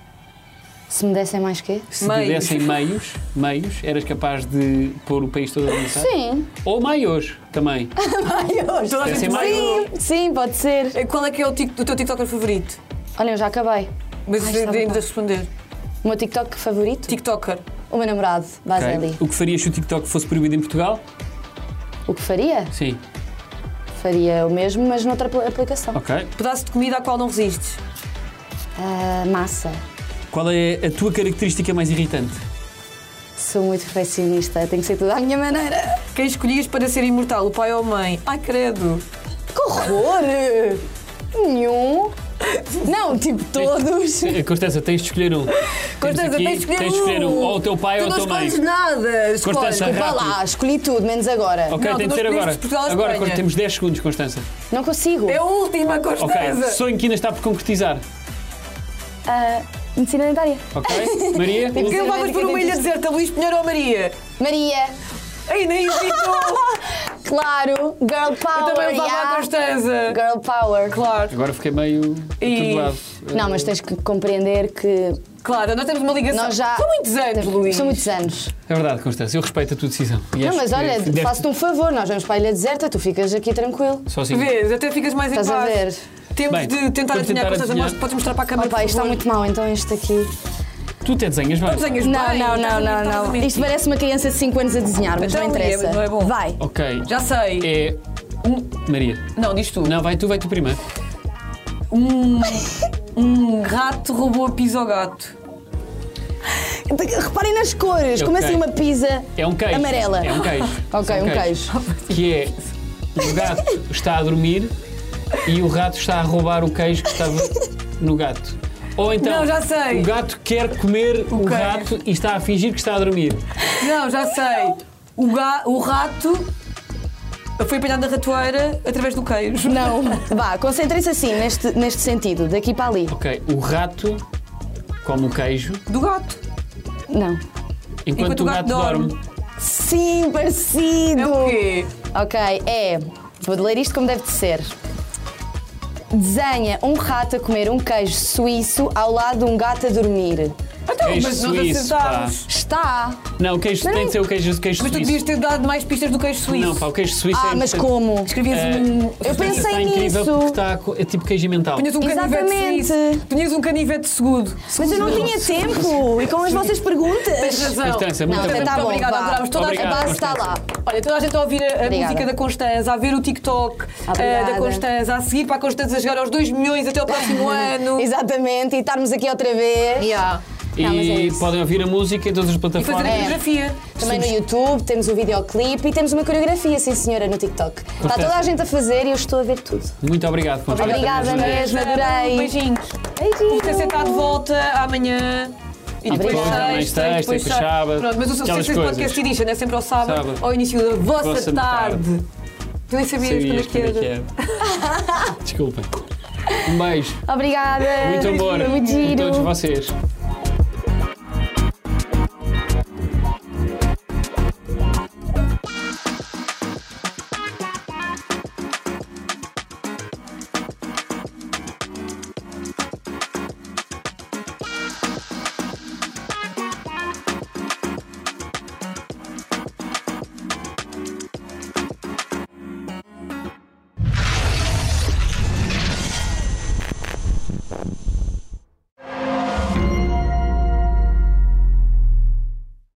Se me dessem mais quê? Se Meios. te dessem meios, meios, eras capaz de pôr o país todo a dançar? Sim. Ou maiores também. Ah, Toda a Quer gente ser mais? um? vai- Sim, sim, pode ser. Qual é que é o, tic- o teu TikToker favorito? Olha, eu já acabei. Mas Ai, de- estava de ainda bem. responder. O meu TikTok favorito? TikToker. O meu namorado, Ok. Baseli. O que farias se o TikTok fosse proibido em Portugal? O que faria? Sim. Faria o mesmo, mas noutra apl- aplicação. Ok. Pedaço de comida à qual não resistes. Ah, massa. Qual é a tua característica mais irritante? Sou muito perfeccionista, tem que ser tudo à minha maneira. Quem escolhias para ser imortal, o pai ou a mãe? Ai, credo. Que horror! Nenhum. Não, tipo todos. Eh, Constança, tens de escolher um. Constança, aqui- tens de escolher tens de escolher um. um. Ou o teu pai tu ou a não tua mãe. escolhes nada. Escolhes. Constança, Vá lá, escolhi tudo, menos agora. Ok, Não, tem tu de ser não agora. escolheste Portugal ou Agora Espanha. temos 10 segundos, Constança. Não consigo. É a última, Ok, Constança. sonho que ainda está por concretizar. Ah, medicina dentária. Ok? Maria? Que última- levavas por uma ilha deserta, Luís Pinheiro ou Maria? Maria. Ai, nem hesitou. Claro. Girl power. Eu também levava Oh, yeah. a Constança. Girl power. Claro. Agora fiquei meio E- atordoado. Não, mas tens que compreender que Claro, nós temos uma ligação. nós já. São muitos anos, Luís. São muitos anos. É verdade, Constança, eu respeito a tua decisão. E Não, acho mas que olha, deste- faço-te um favor, nós vamos para a Ilha Deserta, tu ficas aqui tranquilo. Sozinho. Vês, até ficas mais Estás em a paz. ver? Temos Bem, de tentar vamos adivinhar tentar coisas adivinhar. mais. Podes mostrar para a câmera, Opa, por isto está favor? muito mal, então este aqui. Tu até desenhas, vai. desenhas Não, bem. não, não, não, não. Isto Isto parece uma criança de 5 anos a desenhar, mas Então, não interessa. é, não é bom. Vai. Ok. Já sei. É. Maria. Não, diz tu. Não, vai tu, vai tu primeiro. Um rato roubou a pizza ao gato. Oh. Então, Reparem nas cores, como Ok. assim uma pizza um É um queijo. amarela? É um queijo. Ok, É um queijo. Que é. O gato está a dormir e o rato está a roubar o queijo que estava no gato. Ou então. Não, já sei. O gato quer comer o, queijo. gato e está a fingir que está a dormir. Não, já sei. O, ga... o rato foi apanhado na ratoeira através do queijo. Não, vá, concentrem-se assim, neste, neste sentido, daqui para ali. Ok. O rato come o queijo Do gato. Não. enquanto, o gato, dorme. Sim, parecido! É o quê? Ok, é. Vou ler isto como deve de ser. Desenha um rato a comer um queijo suíço ao lado de um gato a dormir. Então, Queijo mas nós suíço, pá. acertámos. Está! Não, o queijo tem de ser o queijo, o queijo Mas tu suíço. devias ter dado mais pistas do queijo suíço. Não, pá, o queijo suíço Ah, é mas importante. como? Escrevias Eh, um. Eu pensei está incrível nisso. porque está co- é tipo queijo mental. Punhas um canivete Exatamente. suíço. Punhas um canivete segundo. Mas eu não tinha tempo! E com as vossas Tens perguntas! razão. Constança, muito Não, bem. Muito tá bom, obrigada, vá. adorámos toda Obrigado, a a base Constança. está lá. Olha, toda a gente a ouvir a, a Obrigada. música da Constanza, a ver o TikTok eh, da Obrigada. Constanza, a seguir para a Constanza chegar aos 2 milhões até ao próximo ano. Exatamente, e estarmos aqui outra vez. Yeah. Não, mas é E isso. podem ouvir a música em todas as E fazer plataformas. a É. coreografia. Também no YouTube temos o videoclipe e temos uma coreografia, sim senhora, no TikTok. Está toda a gente a fazer e eu estou a ver tudo. Muito obrigado, Constância. Obrigada mesmo, um adorei. Beijinhos. Beijinho. O CC está de volta amanhã. E depois Obrigada. sexta, Amanhã e sexta, e depois sá- sábado. Pronto, mas o Aquelas CC Podcast coisas. Edition é sempre ao sábado, Sábado. ao início da vossa, Vossa tarde. tarde. Tu nem sabias, Sabias quando é que era. Desculpem. Um beijo. Obrigada. Muito amor. Muito A giro. todos vocês.